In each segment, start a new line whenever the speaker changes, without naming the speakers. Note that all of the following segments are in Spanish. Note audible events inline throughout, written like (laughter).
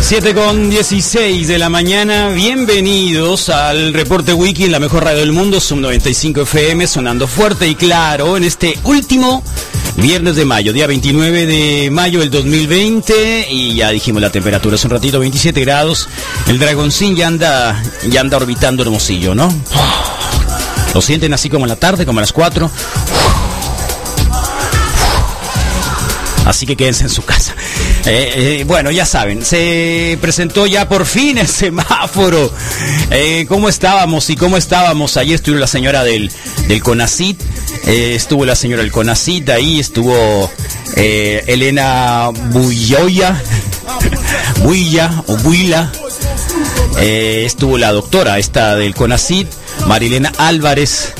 7 con 16 de la mañana, bienvenidos al Reporte Wiki en la mejor radio del mundo, Sub 95 FM, sonando fuerte y claro en este último viernes de mayo, día 29 de mayo del 2020, y ya dijimos la temperatura hace un ratito, 27 grados, el dragoncín ya anda, ya anda orbitando hermosillo, ¿no? Lo sienten así como en la tarde, como a las 4. Así que quédense en su casa. Eh, eh, bueno, ya saben, se presentó ya por fin el semáforo. Eh, ¿Cómo estábamos y cómo estábamos? Allí estuvo la señora del, del CONACIT, eh, estuvo la señora del CONACIT, ahí estuvo eh, Elena (laughs) Buyoya, Builla o Buila, Eh, estuvo la doctora esta del CONACIT, Marilena Álvarez.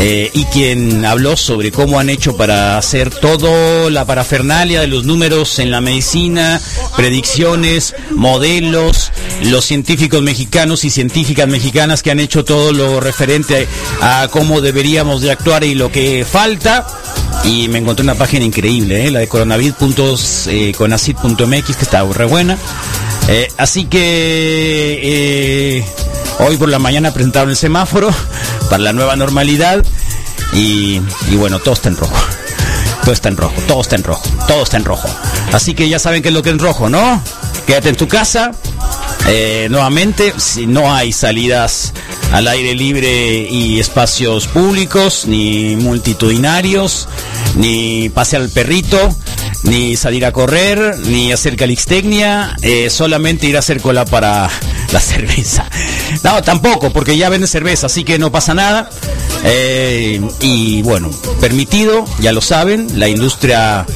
Eh, y quien habló sobre cómo han hecho para hacer todo la parafernalia de los números en la medicina, predicciones, modelos, los científicos mexicanos y científicas mexicanas que han hecho todo lo referente a, a cómo deberíamos de actuar y lo que falta. Y me encontré una página increíble, ¿eh? la de eh, coronavirus.conacid.mx, que está re buena. Eh, así que... eh, Hoy por la mañana presentaron el semáforo (laughs) para la nueva normalidad y, y, bueno, todo está en rojo. Todo está en rojo, todo está en rojo, todo está en rojo. Así que ya saben que es lo que es en rojo, ¿no? Quédate en tu casa. Eh, nuevamente, si no hay salidas al aire libre y espacios públicos, ni multitudinarios, ni pase al perrito, ni salir a correr, ni hacer calixtecnia, eh, solamente ir a hacer cola para (laughs) la cerveza. No, tampoco, porque ya venden cerveza, así que no pasa nada. Eh, y bueno, permitido, ya lo saben, la industria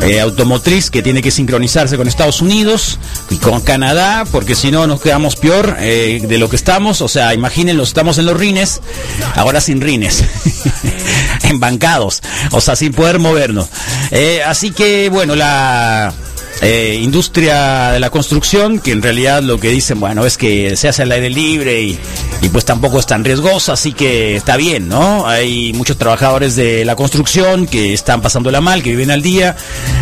eh, automotriz que tiene que sincronizarse con Estados Unidos y con Canadá, porque si no nos quedamos peor eh, de lo que estamos. O sea, imagínenlo, estamos en los rines, ahora sin rines, (laughs) embancados, o sea, sin poder movernos. Eh, así que bueno, la... Eh, industria de la construcción, que en realidad lo que dicen, bueno, es que se hace al aire libre y, y pues tampoco es tan riesgoso, así que está bien, ¿no? Hay muchos trabajadores de la construcción que están pasándola mal, que viven al día,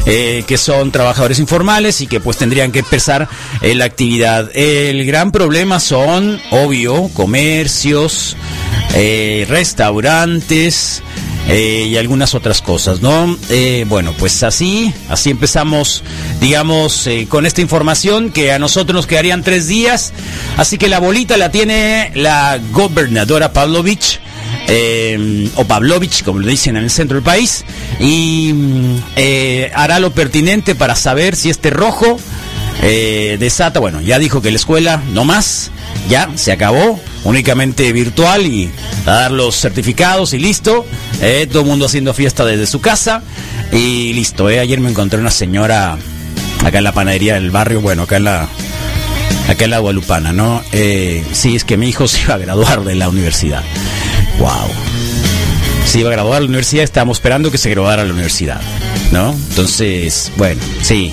eh, que son trabajadores informales y que pues tendrían que empezar eh, la actividad. El gran problema son, obvio, comercios, eh, restaurantes, eh, y algunas otras cosas, ¿no? Eh, bueno, pues así, así empezamos, digamos, eh, con esta información que a nosotros nos quedarían tres días, así que la bolita la tiene la gobernadora Pavlovich. eh, o Pavlovich, como le dicen en el centro del país, y mm, eh, hará lo pertinente para saber si este rojo Eh, desata, bueno, ya dijo que la escuela no más, ya se acabó, únicamente virtual y a dar los certificados y listo. Eh, todo el mundo haciendo fiesta desde su casa y listo. Eh. Ayer me encontré una señora acá en la panadería del barrio, bueno, acá en la, acá en la Guadalupana, ¿no? Eh, sí, es que mi hijo (laughs) se iba a graduar de la universidad. ¡Wow! Se iba a graduar de la universidad, estábamos esperando que se graduara de la universidad, ¿no? Entonces, bueno, sí,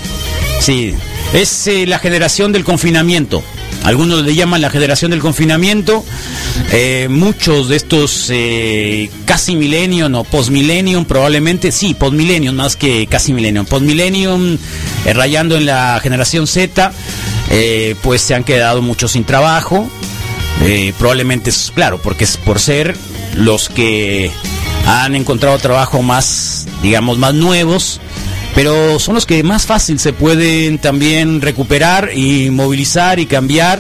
sí. Es eh, la generación del confinamiento. Algunos le llaman la generación del confinamiento. Eh, muchos de estos eh, casi millennium o postmillennium, probablemente, sí, postmillennium más que casi millennium. Postmillennium, eh, rayando en la generación Z, pues se han quedado muchos sin trabajo. Eh, probablemente es claro, porque es por ser los que han encontrado trabajo más, digamos, más nuevos pero son los que más fácil se pueden también recuperar y movilizar y cambiar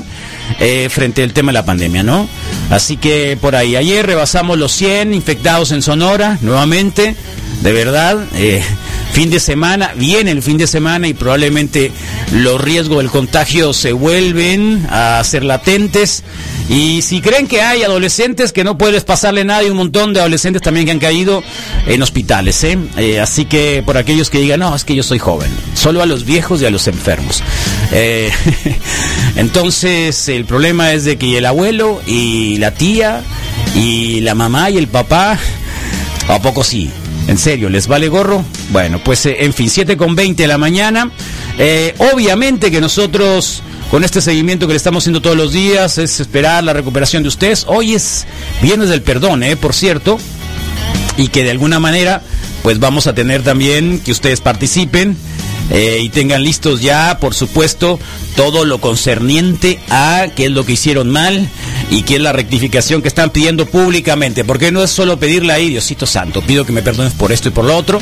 eh, frente al tema de la pandemia, ¿no? Así que por ahí, ayer rebasamos los 100 infectados en Sonora, nuevamente, de verdad, eh, fin de semana, viene el fin de semana y probablemente los riesgos del contagio se vuelven a ser latentes. Y si creen que hay adolescentes que no puedes pasarle nada, hay un montón de adolescentes también que han caído en hospitales. ¿eh? Eh, así que por aquellos que digan, no, es que yo soy joven, solo a los viejos y a los enfermos. Eh, (laughs) Entonces el problema es de que el abuelo y la tía y la mamá y el papá, ¿a poco sí? ¿En serio? ¿Les vale gorro? Bueno, pues en fin, 7 con 20 de la mañana. Eh, obviamente que nosotros con este seguimiento que le estamos haciendo todos los días, es esperar la recuperación de ustedes. Hoy es Viernes del Perdón, ¿eh? por cierto, y que de alguna manera, pues vamos a tener también que ustedes participen. eh, y tengan listos ya, por supuesto, todo lo concerniente a qué es lo que hicieron mal y qué es la rectificación que están pidiendo públicamente. Porque no es solo pedirle ahí, Diosito Santo, pido que me perdones por esto y por lo otro.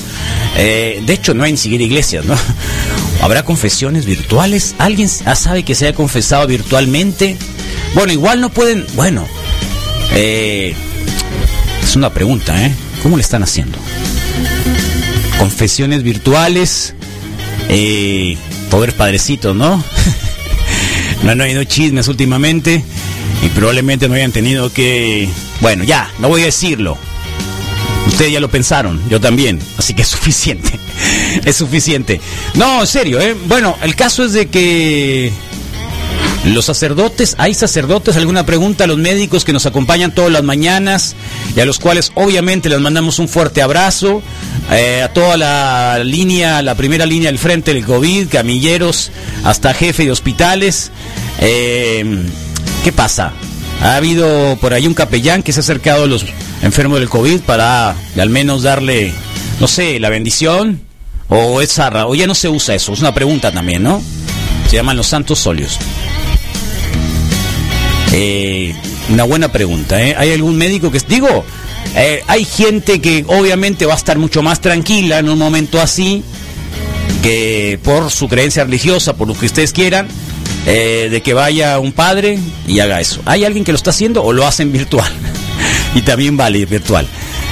Eh, de hecho, no hay ni siquiera iglesias, ¿no? (laughs) ¿Habrá confesiones virtuales? ¿Alguien sabe que se haya confesado virtualmente? Bueno, igual no pueden. Bueno, eh, es una pregunta, ¿eh? ¿Cómo le están haciendo? Confesiones virtuales. Eh, pobres padrecitos, ¿no? (laughs) no han habido chismes últimamente y probablemente no hayan tenido que... Bueno, ya, no voy a decirlo. Ustedes ya lo pensaron, yo también, así que es suficiente. (laughs) es suficiente. No, en serio, ¿eh? Bueno, el caso es de que... Los sacerdotes, hay sacerdotes, alguna pregunta a los médicos que nos acompañan todas las mañanas y a los cuales obviamente les mandamos un fuerte abrazo, eh, a toda la línea, la primera línea del frente del COVID, camilleros, hasta jefe de hospitales. Eh, ¿Qué pasa? Ha habido por ahí un capellán que se ha acercado a los enfermos del COVID para al menos darle, no sé, la bendición o es zarra, o ya no se usa eso, es una pregunta también, ¿no? Se llaman los santos solios. Eh, una buena pregunta. ¿eh? ¿Hay algún médico que... Digo, eh, hay gente que obviamente va a estar mucho más tranquila en un momento así, que por su creencia religiosa, por lo que ustedes quieran, eh, de que vaya un padre y haga eso. ¿Hay alguien que lo está haciendo o lo hacen virtual? (laughs) y también vale virtual.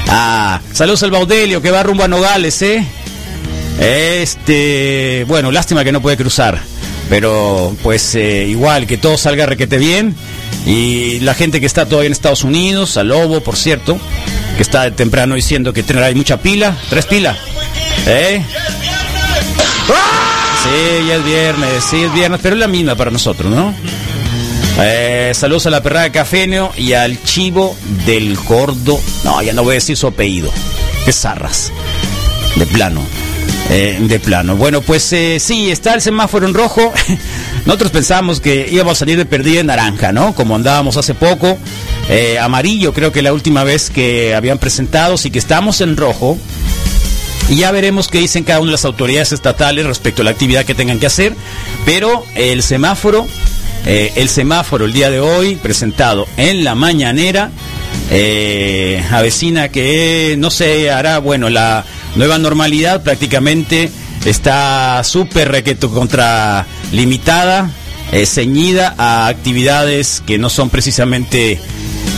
Ah, saludos al Baudelio que va rumbo a Nogales, ¿eh? Este, bueno, lástima que no puede cruzar, pero pues igual que todo salga requete bien. Y la gente que está todavía en Estados Unidos, a Lobo, por cierto, que está temprano diciendo que hay mucha pila, tres pilas. ¿Eh? Sí, ya es viernes, sí es viernes, pero es la misma para nosotros, ¿no? Eh, saludos a la perrada de Cafenio y al chivo del gordo. No, ya no voy a decir su apellido. Es Zarras. De plano. Eh, de plano. Bueno, pues eh, sí, está el semáforo en rojo. (laughs) Nosotros pensábamos que íbamos a salir de perdida en naranja, ¿no? Como andábamos hace poco. Eh, amarillo creo que la última vez que habían presentado, sí que estamos en rojo. Y ya veremos qué dicen cada una de las autoridades estatales respecto a la actividad que tengan que hacer. Pero el semáforo, eh, el semáforo el día de hoy, presentado en la mañanera, eh, avecina que no se hará, bueno, la nueva normalidad prácticamente está súper requeto contra limitada, eh, ceñida a actividades que no son precisamente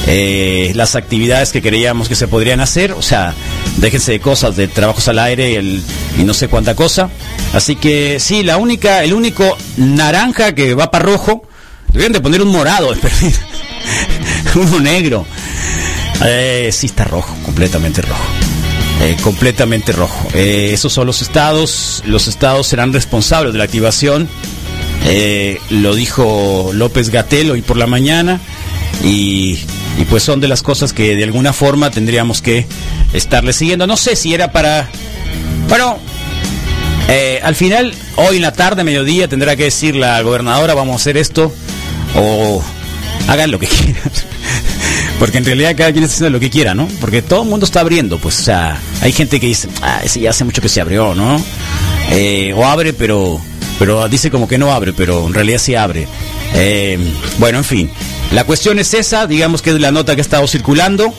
eh, las actividades que creíamos que se podrían hacer, o sea, déjense de cosas, de trabajos al aire el, y no sé cuánta cosa. Así que sí, la única, el único naranja que va para rojo, deberían de poner un morado, (laughs) uno negro. Eh, sí está rojo, completamente rojo. Eh, completamente rojo. Eh, esos son los estados. Los estados serán responsables de la activación. Eh, lo dijo López Gatel hoy por la mañana. Y, y, pues son de las cosas que de alguna forma tendríamos que estarle siguiendo. No sé si era para. Bueno, eh, al final, hoy en la tarde, mediodía, tendrá que decir la gobernadora: vamos a hacer esto. O hagan lo que (laughs) quieran. Porque en realidad cada quien está haciendo lo que quiera, ¿no? Porque todo el mundo está abriendo, pues, o sea, hay gente que dice, ah, ese ya hace mucho que se abrió, ¿no? Eh, o abre, pero, pero dice como que no abre, pero en realidad sí abre. Eh, bueno, en fin, la cuestión es esa, digamos que es la nota que ha estado circulando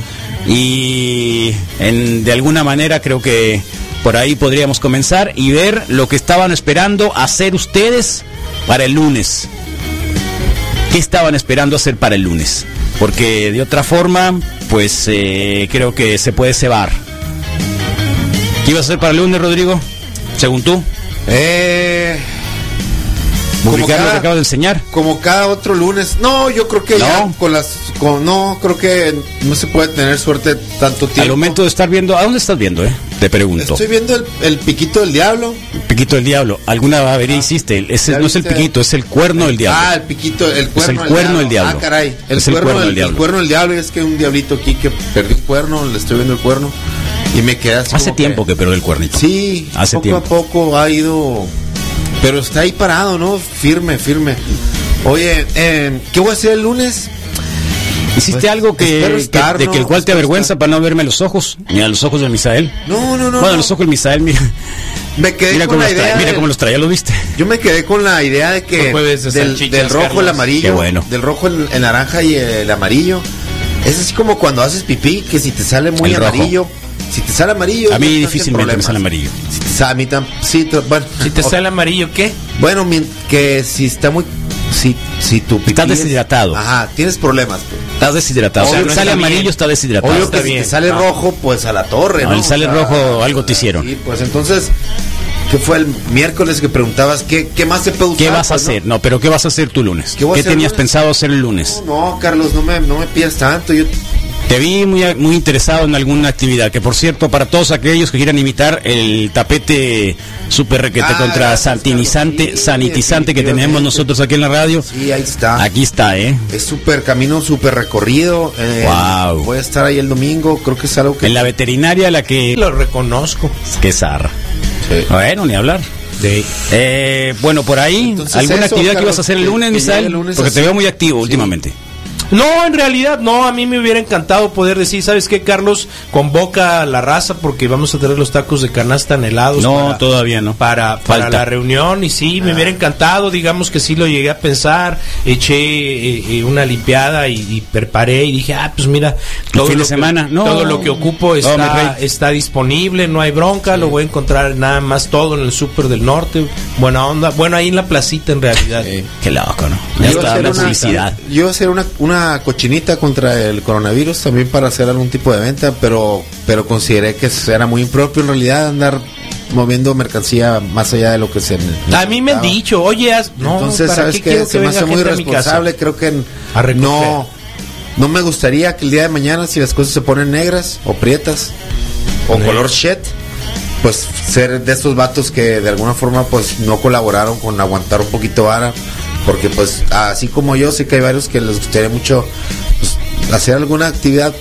y en, de alguna manera creo que por ahí podríamos comenzar y ver lo que estaban esperando hacer ustedes para el lunes. ¿Qué estaban esperando hacer para el lunes? porque de otra forma, pues eh, creo que se puede cebar. ¿Qué iba a hacer para el lunes, Rodrigo? Según tú.
Eh,
publicar cada, lo que acabas de enseñar.
Como cada otro lunes. No, yo creo que no. ya con las. Con, no, creo que no se puede tener suerte tanto tiempo.
Al momento de estar viendo. ¿A dónde estás viendo, eh? Te pregunto.
Estoy viendo el, el piquito del diablo.
El piquito del diablo. ¿Alguna babería ah, hiciste? Ese no es el piquito, es el cuerno del diablo.
Ah, el piquito, el cuerno,
es el cuerno del diablo.
Ah, caray. El,
es
cuerno, el cuerno del, diablo. El cuerno del diablo. Es que un diablito aquí que perdió un cuerno, le estoy viendo el cuerno. Y me quedé así
Hace tiempo que, que perdió el cuernito.
Sí,
hace
poco
tiempo.
a poco ha ido pero está ahí parado, ¿no? Firme, firme. Oye, eh, ¿qué voy a hacer el lunes?
Hiciste
Pues,
algo que,
espero
que-
estar,
de
¿no?
que el cual te
Espero
avergüenza
estar.
para no verme a los ojos, ni a los ojos de Misael.
No, no, no.
bueno, a
no.
los ojos de Misael, mira,
Me quedé
mira,
con
cómo
la
los
idea.
trae, mira
de-
cómo los traía, ¿lo
(laughs)
viste?
Yo me quedé con la idea de que
Los jueves de
del,
salchichas,
del rojo el
Carlos.
amarillo,
Qué bueno.
del rojo el, el naranja y el amarillo. Es así como cuando haces pipí, que si te sale muy
El rojo.
amarillo, si te sale amarillo,
A mí
no estás en
difícilmente me
problemas.
sale amarillo.
Si te sale- a mí tam- sí, t- bueno,
Si te
ok.
sale amarillo, ¿qué?
Bueno, mien- que si está muy si si tu pipí
Estás
es-
deshidratado.
Ajá, tienes problemas. pues.
Estás deshidratado.
O sea,
si
no
sale
está
amarillo,
bien.
está deshidratado.
Obvio
está
que si
bien,
te sale
no.
rojo, pues a la torre,
No,
¿no?
el sale rojo, algo te hicieron.
Sí, pues entonces ¿Qué fue el miércoles que preguntabas qué, qué más se puede usar?
¿Qué vas a
pues, no?
hacer? No, pero ¿qué vas a hacer tú lunes?
¿Qué voy a
¿Qué
hacer
tenías
lunes?
pensado hacer el lunes?
No, Carlos, no me, no me pidas tanto. Yo,
Te vi muy, muy interesado en alguna actividad, que por cierto, para todos aquellos que quieran imitar el tapete super requete
Ah,
contra
gracias,
santinizante,
Carlos. Sí,
sanitizante que tenemos
definitivamente. Ah.
nosotros aquí en la radio.
sí, ahí está.
Aquí está, ¿eh?
Es súper camino, súper recorrido. eh,
Wow.
Voy a estar ahí el domingo. Creo que es algo que.
En la veterinaria la que...
Lo reconozco.
Que zarra.
Sí.
Bueno, ni hablar. Eh, bueno, por ahí,
Entonces,
¿alguna
eso,
actividad que
Carlos,
ibas a hacer el
que-
lunes,
que llegue
Misael?
el lunes
Porque te
así.
veo muy activo
Sí.
últimamente.
No, en realidad no, a mí me hubiera encantado poder decir, ¿sabes qué, Carlos? Convoca a la raza porque vamos a tener los tacos de canasta anhelados.
No,
para-
todavía no.
Para, para
Falta. Ah.
la reunión y sí, me hubiera encantado, digamos que sí lo llegué a pensar, eché eh, eh, una limpiada y, y preparé y dije, ah, pues mira,
fin de
lo que-
semana, no.
todo lo que ocupo
No, mi
está,
rey.
está disponible, no hay bronca, lo voy a encontrar nada más todo en el súper del norte, buena onda, bueno, ahí en la placita en realidad.
Qué loco, ¿no?
Yo
Ya
voy a
está
hacer
la
una-
publicidad.
Yo voy a hacer una, una cochinita contra el coronavirus también para hacer algún tipo de venta, pero, pero consideré que era muy impropio en realidad andar moviendo mercancía más allá de lo que se.
A mí me han dicho, oye, haz- no,
Entonces,
¿para
¿sabes
qué
qué?
quiero
Se me
venga
hace muy
gente a mi casa?
responsable. Creo que n-
A recoger.
no, no me gustaría que el día de mañana, si las cosas se ponen negras o prietas o
Sí.
color shit, pues ser de estos vatos que de alguna forma pues no colaboraron con aguantar un poquito vara. Porque pues así como yo, sé que hay varios que les gustaría mucho pues, hacer alguna actividad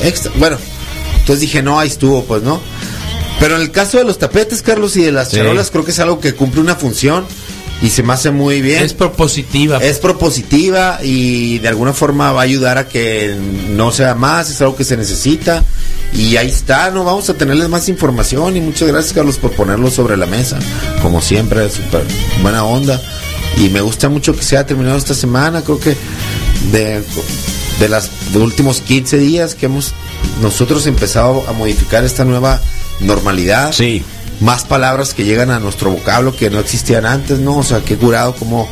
extra. Bueno, entonces dije, no, ahí estuvo, pues no. Pero en el caso de los tapetes, Carlos, y de las
Sí.
charolas, creo que es algo que cumple una función y se me hace muy bien.
Es propositiva.
Es propositiva y de alguna forma va a ayudar a que no sea más, es algo que se necesita. Y ahí está, no vamos a tenerles más información y muchas gracias Carlos por ponerlo sobre la mesa. Como siempre, súper buena onda. Y me gusta mucho que se haya terminado esta semana, creo que de, de las de últimos 15 días que hemos nosotros empezado a modificar esta nueva normalidad
Sí.
más palabras que llegan a nuestro vocablo que no existían antes, ¿no? O sea, qué curado como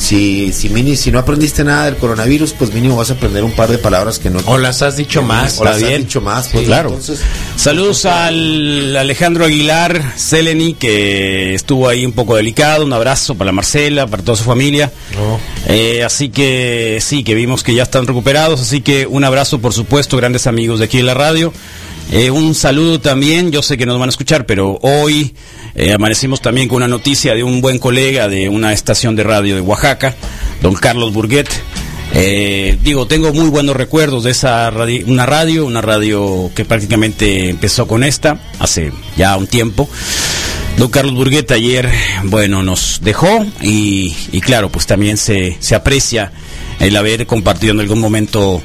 si si mini, si no aprendiste nada del coronavirus, pues mínimo vas a aprender un par de palabras que no
O las has dicho más.
o las
está
has
bien.
dicho más, pues
claro.
entonces
Saludos al Alejandro Aguilar Seleni, que estuvo ahí un poco delicado. Un abrazo para Marcela, para toda su familia.
No.
Eh, así que sí, que vimos que ya están recuperados. Así que un abrazo, por supuesto, grandes amigos de aquí de la radio. Eh, un saludo también, yo sé que nos van a escuchar, pero hoy eh, amanecimos también con una noticia de un buen colega de una estación de radio de Oaxaca, don Carlos Burguet. Eh, digo, tengo muy buenos recuerdos de esa radio, una radio, una radio que prácticamente empezó con esta hace ya un tiempo. Don Carlos Burgueta ayer, bueno, nos dejó y, y claro, pues también se, se aprecia el haber compartido en algún momento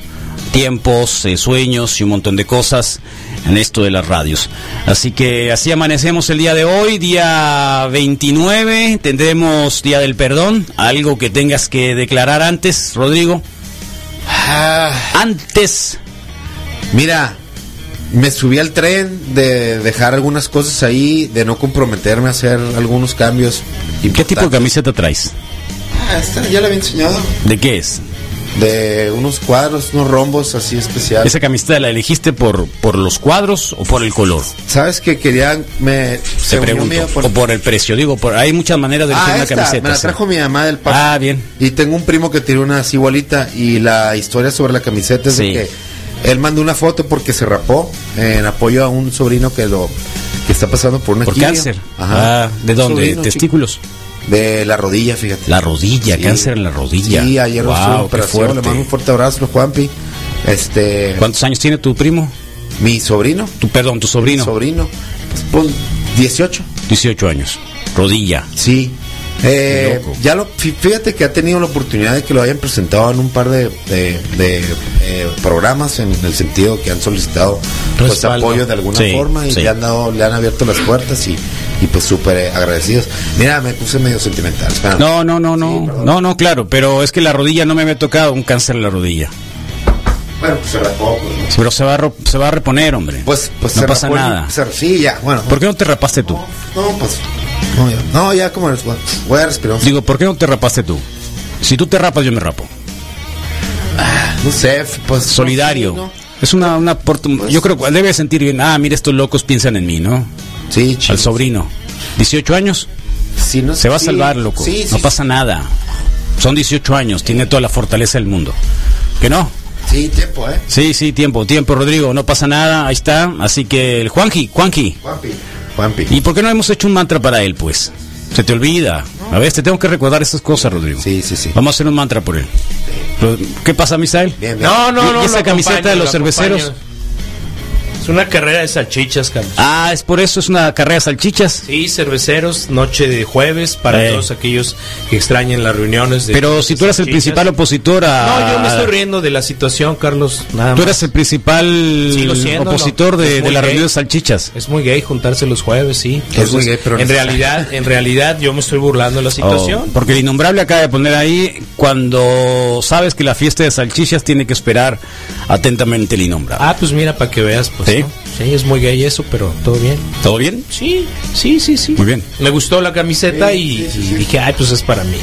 tiempos, eh, sueños y un montón de cosas en esto de las radios. Así que así amanecemos el día de hoy, día 29, tendremos Día del Perdón, algo que tengas que declarar antes, Rodrigo.
ah,
Antes,
mira, me subí al tren de dejar algunas cosas ahí, de no comprometerme a hacer algunos cambios.
¿qué tipo de camiseta traes?
Ah, esta ya la había enseñado.
¿De qué es?
De unos cuadros, unos rombos así especiales.
¿Esa camiseta la elegiste por, por los cuadros o por el color?
¿Sabes que querían me
Se
se unió
pregunto.
mi- por-
O por el precio, digo, por, hay muchas maneras de elegir
Ah,
una
esta,
camiseta.
me la
sí.
trajo mi mamá del parque.
Ah, bien.
Y tengo un primo que tiene una así igualita y la historia sobre la camiseta es
Sí.
de que él mandó una foto porque se rapó en apoyo a un sobrino que lo que está pasando por una
¿Por
quimio.
cáncer?
Ajá.
Ah, ¿De
Un
dónde?
sobrino,
¿Testículos?
chico. De la rodilla, fíjate.
La rodilla,
Sí.
cáncer en la rodilla.
Sí, ayer lo
Wow,
estuvo en
qué
operación,
fuerte.
Le mando un fuerte abrazo, Juanpi. Este,
¿Cuántos años tiene tu primo?
mi sobrino,
Tu, perdón, tu sobrino.
sobrino, pon 18.
18 años. Rodilla.
Sí,
Qué
Eh,
loco.
ya lo, fí- fíjate que ha tenido la oportunidad de que lo hayan presentado en un par de, de- de, eh, programas en el sentido que han solicitado pues,
Respaldo.
apoyo de alguna
Sí,
forma y
sí.
le han dado, le han abierto las puertas y, y pues súper eh, agradecidos. Mira, me puse medio sentimental. espérame.
No, no, no, no.
Sí, perdón.
no, no, claro, pero es que la rodilla no me había tocado un cáncer en la rodilla.
Bueno, pues se rapó, pues, ¿no?
Pero se va a, ro- se va a reponer, hombre.
Pues, pues,
no
se
pasa
rapó el-
nada.
se- sí, ya, bueno.
¿Por qué no te rapaste tú?
No, pues. No, ya, no, ya como eres, bueno, voy a respirar.
Digo, ¿por qué no te rapaste tú? Si tú te rapas, yo me rapo.
No sé, f- pues. no,
Solidario.
sí, ¿no? Pues
Es una, una oportun- Yo creo que debe sentir bien. Ah, mira, estos locos piensan en mí, ¿no?
Sí,
Al
chido.
sobrino. 18 años.
Sí, no,
Se va a
sí,
salvar, loco.
Sí,
no
sí,
pasa nada. Son 18 años. Tiene toda la fortaleza del mundo. ¿Que no?
Sí, tiempo, ¿eh?
Sí, sí, tiempo, tiempo, Rodrigo. No pasa nada. Ahí está. Así que el Juanji, Juanji.
Juanpi. Juanpi.
¿Y por qué no hemos hecho un mantra para él, pues? Se te olvida. A ver, te tengo que recordar esas cosas, Rodrigo.
Sí, sí, sí.
Vamos a hacer un mantra por él. Ro- ¿Qué pasa, Misael?
Bien, bien.
No,
¿Y-
no,
y
no.
esa
lo
camiseta de
acompaño,
los
lo acompaño.
cerveceros?
Es una carrera de salchichas, Carlos.
Ah, es por eso, es una carrera de salchichas.
Sí, cerveceros, noche de jueves para
Eh.
todos aquellos que extrañan las reuniones. De
Pero si tú eres el
salchichas.
principal opositor a...
No, yo me estoy riendo de la situación, Carlos. Nada
Tú
más.
eres el principal
Sigo siendo,
opositor
no.
de,
Es
de
muy
la
gay.
reunión de salchichas.
Es muy gay juntarse los jueves, sí.
Es muy gay, pero
en
no-
realidad, en realidad yo me estoy burlando de la
Oh,
situación.
porque el innombrable acaba de poner ahí cuando sabes que la fiesta de salchichas tiene que esperar atentamente el innombrable.
Ah, pues mira para que veas, pues.
Sí.
¿no? Sí, es muy gay eso, pero todo bien.
¿Todo bien?
Sí, sí, sí, sí.
Muy bien.
Me gustó la camiseta
Sí,
y,
sí, sí,
y
sí.
dije, ay, pues es para mí.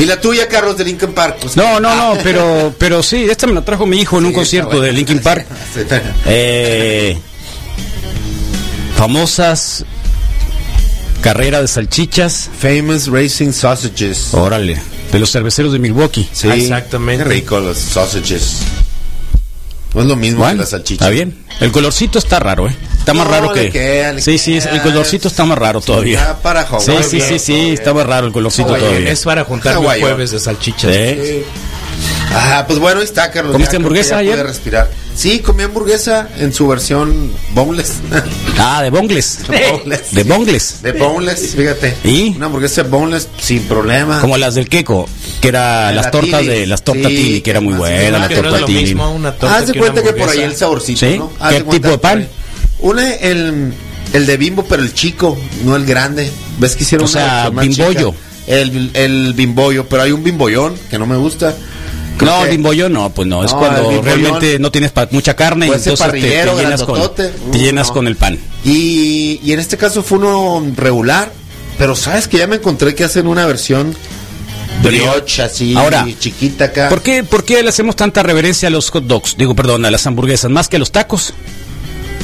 ¿Y la tuya, Carlos, de Lincoln Park?
(laughs)
Pues,
No, no, no, pero, pero sí, esta me la trajo mi hijo en un
Sí,
concierto
está
de
bueno.
Linkin Park.
Sí, está-
Eh, famosas carrera de salchichas.
Famous Racing Sausages.
Órale, de los cerveceros de Milwaukee.
Sí,
exactamente.
Qué rico los sausages. No es lo mismo que
Bueno,
las salchichas.
está bien. El colorcito está raro, ¿eh? Está más
No,
raro
le
que.
queda, le
sí, sí,
queda.
el colorcito está más raro todavía.
Ya Ah, para Hawái.
Sí, sí, sí, sí, está más raro el colorcito
pues, Oye,
todavía.
Es para juntar los
Hawaiian.
jueves de salchichas.
¿Eh?
(laughs)
Ah, pues bueno, ahí está, Carlos.
¿Comiste
Ya, creo
hamburguesa
que ya pude
ayer?
respirar. Sí, comí hamburguesa en su versión boneless. (laughs)
Ah, de bongles.
Boneless.
De bongles.
De boneless, fíjate.
¿Y?
Una hamburguesa boneless sin problema.
Como las del queco, que era
De
las
la
tortas
tili.
de las tortas
Sí,
tili, que era muy
así
buena
es.
la
Ah,
que no
Eh, torta
es lo
tili.
mismo una torta
Haz de
que
cuenta
una
que por ahí
hamburguesa.
el saborcito,
¿Sí?
¿no? Haz
¿Qué
cuenta
tipo de
por
pan?
ahí. Una, el, el de bimbo, pero el chico, no el grande. ¿Ves que hicieron
O
una
sea,
versión más
bimbollo.
chica? El, el bimbollo, pero hay un bimbollón que no me gusta. Creo
No,
que-
el bimbollo no, pues no, es
No, el
cuando
bimbollón-
realmente no tienes pa- mucha carne y
Puede ser
entonces te, te
parrillero,
llenas, con,
grandotote.
te
Uh,
llenas
no.
con el pan.
Y, y en este caso fue uno regular, pero sabes que ya me encontré que hacen una versión brioche así,
Ahora,
chiquita acá.
¿Por qué, ¿Por qué le hacemos tanta reverencia a los hot dogs? Digo, perdón, a las hamburguesas, más que a los tacos.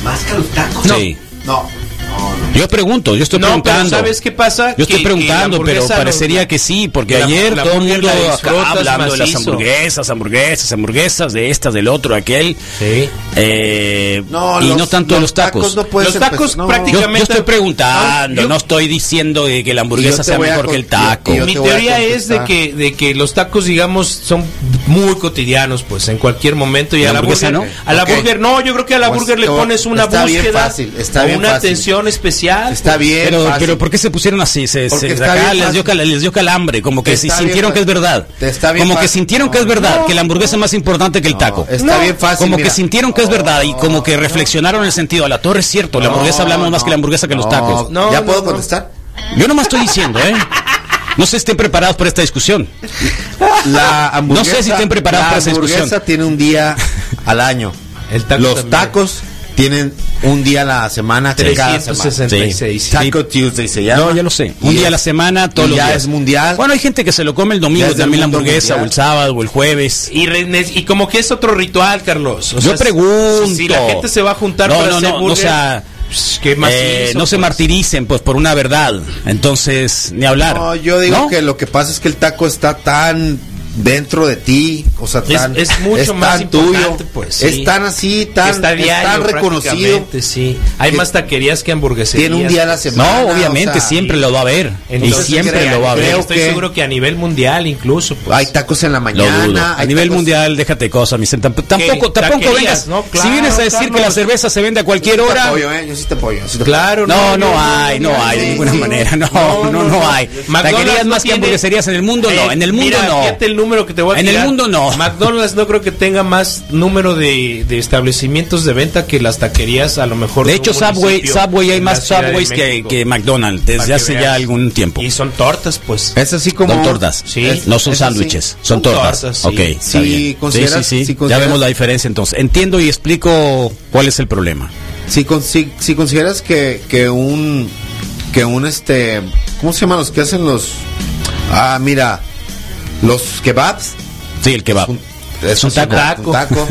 ¿Más que los tacos?
Sí.
No, no, no.
Yo pregunto, yo estoy
No,
preguntando.
pero ¿sabes qué pasa?
Yo estoy
Que- que
preguntando,
la
pero
hamburguesa
parecería
no-
que sí, porque
la-
ayer
la
todo el
hamburguesa
mundo
la
acá
disfrutas
hablando de las
macizo.
hamburguesas, hamburguesas, hamburguesas, de estas, del otro, aquel.
Sí.
Eh, y
los-
no tanto de los tacos.
no puedes
Los tacos
empezar- no.
yo, yo
prácticamente-
estoy preguntando,
Ah, yo-
no estoy diciendo eh, que la
Yo
hamburguesa
te
sea
voy a
mejor que el
con- yo-
taco.
yo-
Mi
te voy a
teoría es de
contestar.
que, de que los tacos, digamos, son muy cotidianos, pues en cualquier momento. Y
¿La
a la
hamburguesa
burger,
no?
A la
Ok.
burger, no, yo creo que a la
Pues,
burger le
te voy-
pones una
está bien
búsqueda,
fácil, está
o
bien
una
fácil.
atención especial.
Está bien,
Pero,
fácil.
pero ¿por qué se pusieron así? Se,
Porque
se-
está
acá
bien
les, dio
fácil.
cal- les dio calambre, como que
Está
si
bien
sintieron que
fácil.
es verdad.
Está bien
como que
fácil.
sintieron que es
No,
verdad, que la hamburguesa es más importante que el taco.
Está
No.
bien fácil.
como
mira.
que sintieron que es verdad y como que reflexionaron el sentido. A la torre es cierto, la hamburguesa hablamos más que la hamburguesa que los
No,
tacos.
No,
¿Ya
no,
puedo
no.
contestar?
Yo nomás estoy diciendo, ¿eh? No sé si estén preparados para esta discusión.
(laughs) La hamburguesa,
No sé si estén preparados
la
para esa discusión.
hamburguesa tiene un día al año.
El taco
Los
también.
tacos tienen un día a la semana,
pues,
cada semana.
366.
Sí.
Taco Tuesday se llama.
No, ya lo sé. Un
Y
día a
es-
la semana, todos
y
los
ya
días.
es mundial.
Bueno, hay gente que se lo come el
Ya
domingo
es del
también la
mundo
hamburguesa,
mundial.
o el sábado, o el jueves.
Y, re- y como que es otro ritual, Carlos. O
Yo
sea,
pregunto.
Si, si la gente se va a juntar
no,
para
no,
hacer
no,
burger,
o sea,
pues, qué macizo,
eh, no
pues.
se martiricen pues por una verdad. Entonces, ni hablar.
No, yo digo
¿No?
que lo que pasa es que el taco está tan dentro de ti, o sea,
Es-
tan,
es mucho más importante, pues, sí.
es tan así, tan,
está
es
diario,
tan reconocido,
prácticamente, Sí. Hay
Que-
más taquerías que hamburgueserías.
tiene un día a la semana.
No, obviamente,
o sea,
siempre lo va a haber.
Entonces,
y siempre
creo-
lo va a haber.
creo
Estoy
que-
seguro que a nivel mundial incluso. pues.
Hay tacos en la
Lo
mañana.
dudo. A
hay
nivel
tacos-
mundial, déjate cosas, mi sen- tamp- Tampoco, tampoco
taquerías,
vengas.
¿no? Claro,
si vienes a decir
Carlos.
que la cerveza se vende a cualquier
Yo sí te
hora.
apoyo, eh, yo sí te apoyo. sí te
Claro,
No, no hay, no hay, de
sí,
ninguna
sí.
manera. No, no, no, hay.
McDonald's
Taquerías
no
más que
tiene-
hamburgueserías en el mundo, no.
Eh,
En el mundo
mira,
no.
fíjate el número que te voy a
En el
tirar.
mundo no.
(laughs) McDonald's no creo que tenga más número de, de establecimientos de venta que las taquerías, a lo mejor.
De
un
hecho, Subway,
municipio
Subway hay
en la
más
Ciudad de
Subways que,
México.
que McDonald's
Para
desde
que
hace ya
veas.
algún tiempo.
Y son tortas, pues.
Es así como.
Son tortas, Eh,
Sí.
Es-
no son
es así.
sándwiches, son
Son
tortas.
tortas, sí.
Ok, está
Sí,
bien.
consideras-
sí, sí,
sí,
sí. Ya
consideras-
vemos la diferencia entonces. Entiendo y explico cuál es el problema.
Si, con- si, si consideras que, que un. Que un este. ¿Cómo se llaman los que hacen los. Ah, mira. Los kebabs.
Sí, el kebab.
Ah, Un-
Es un taco.
Un (laughs) taco.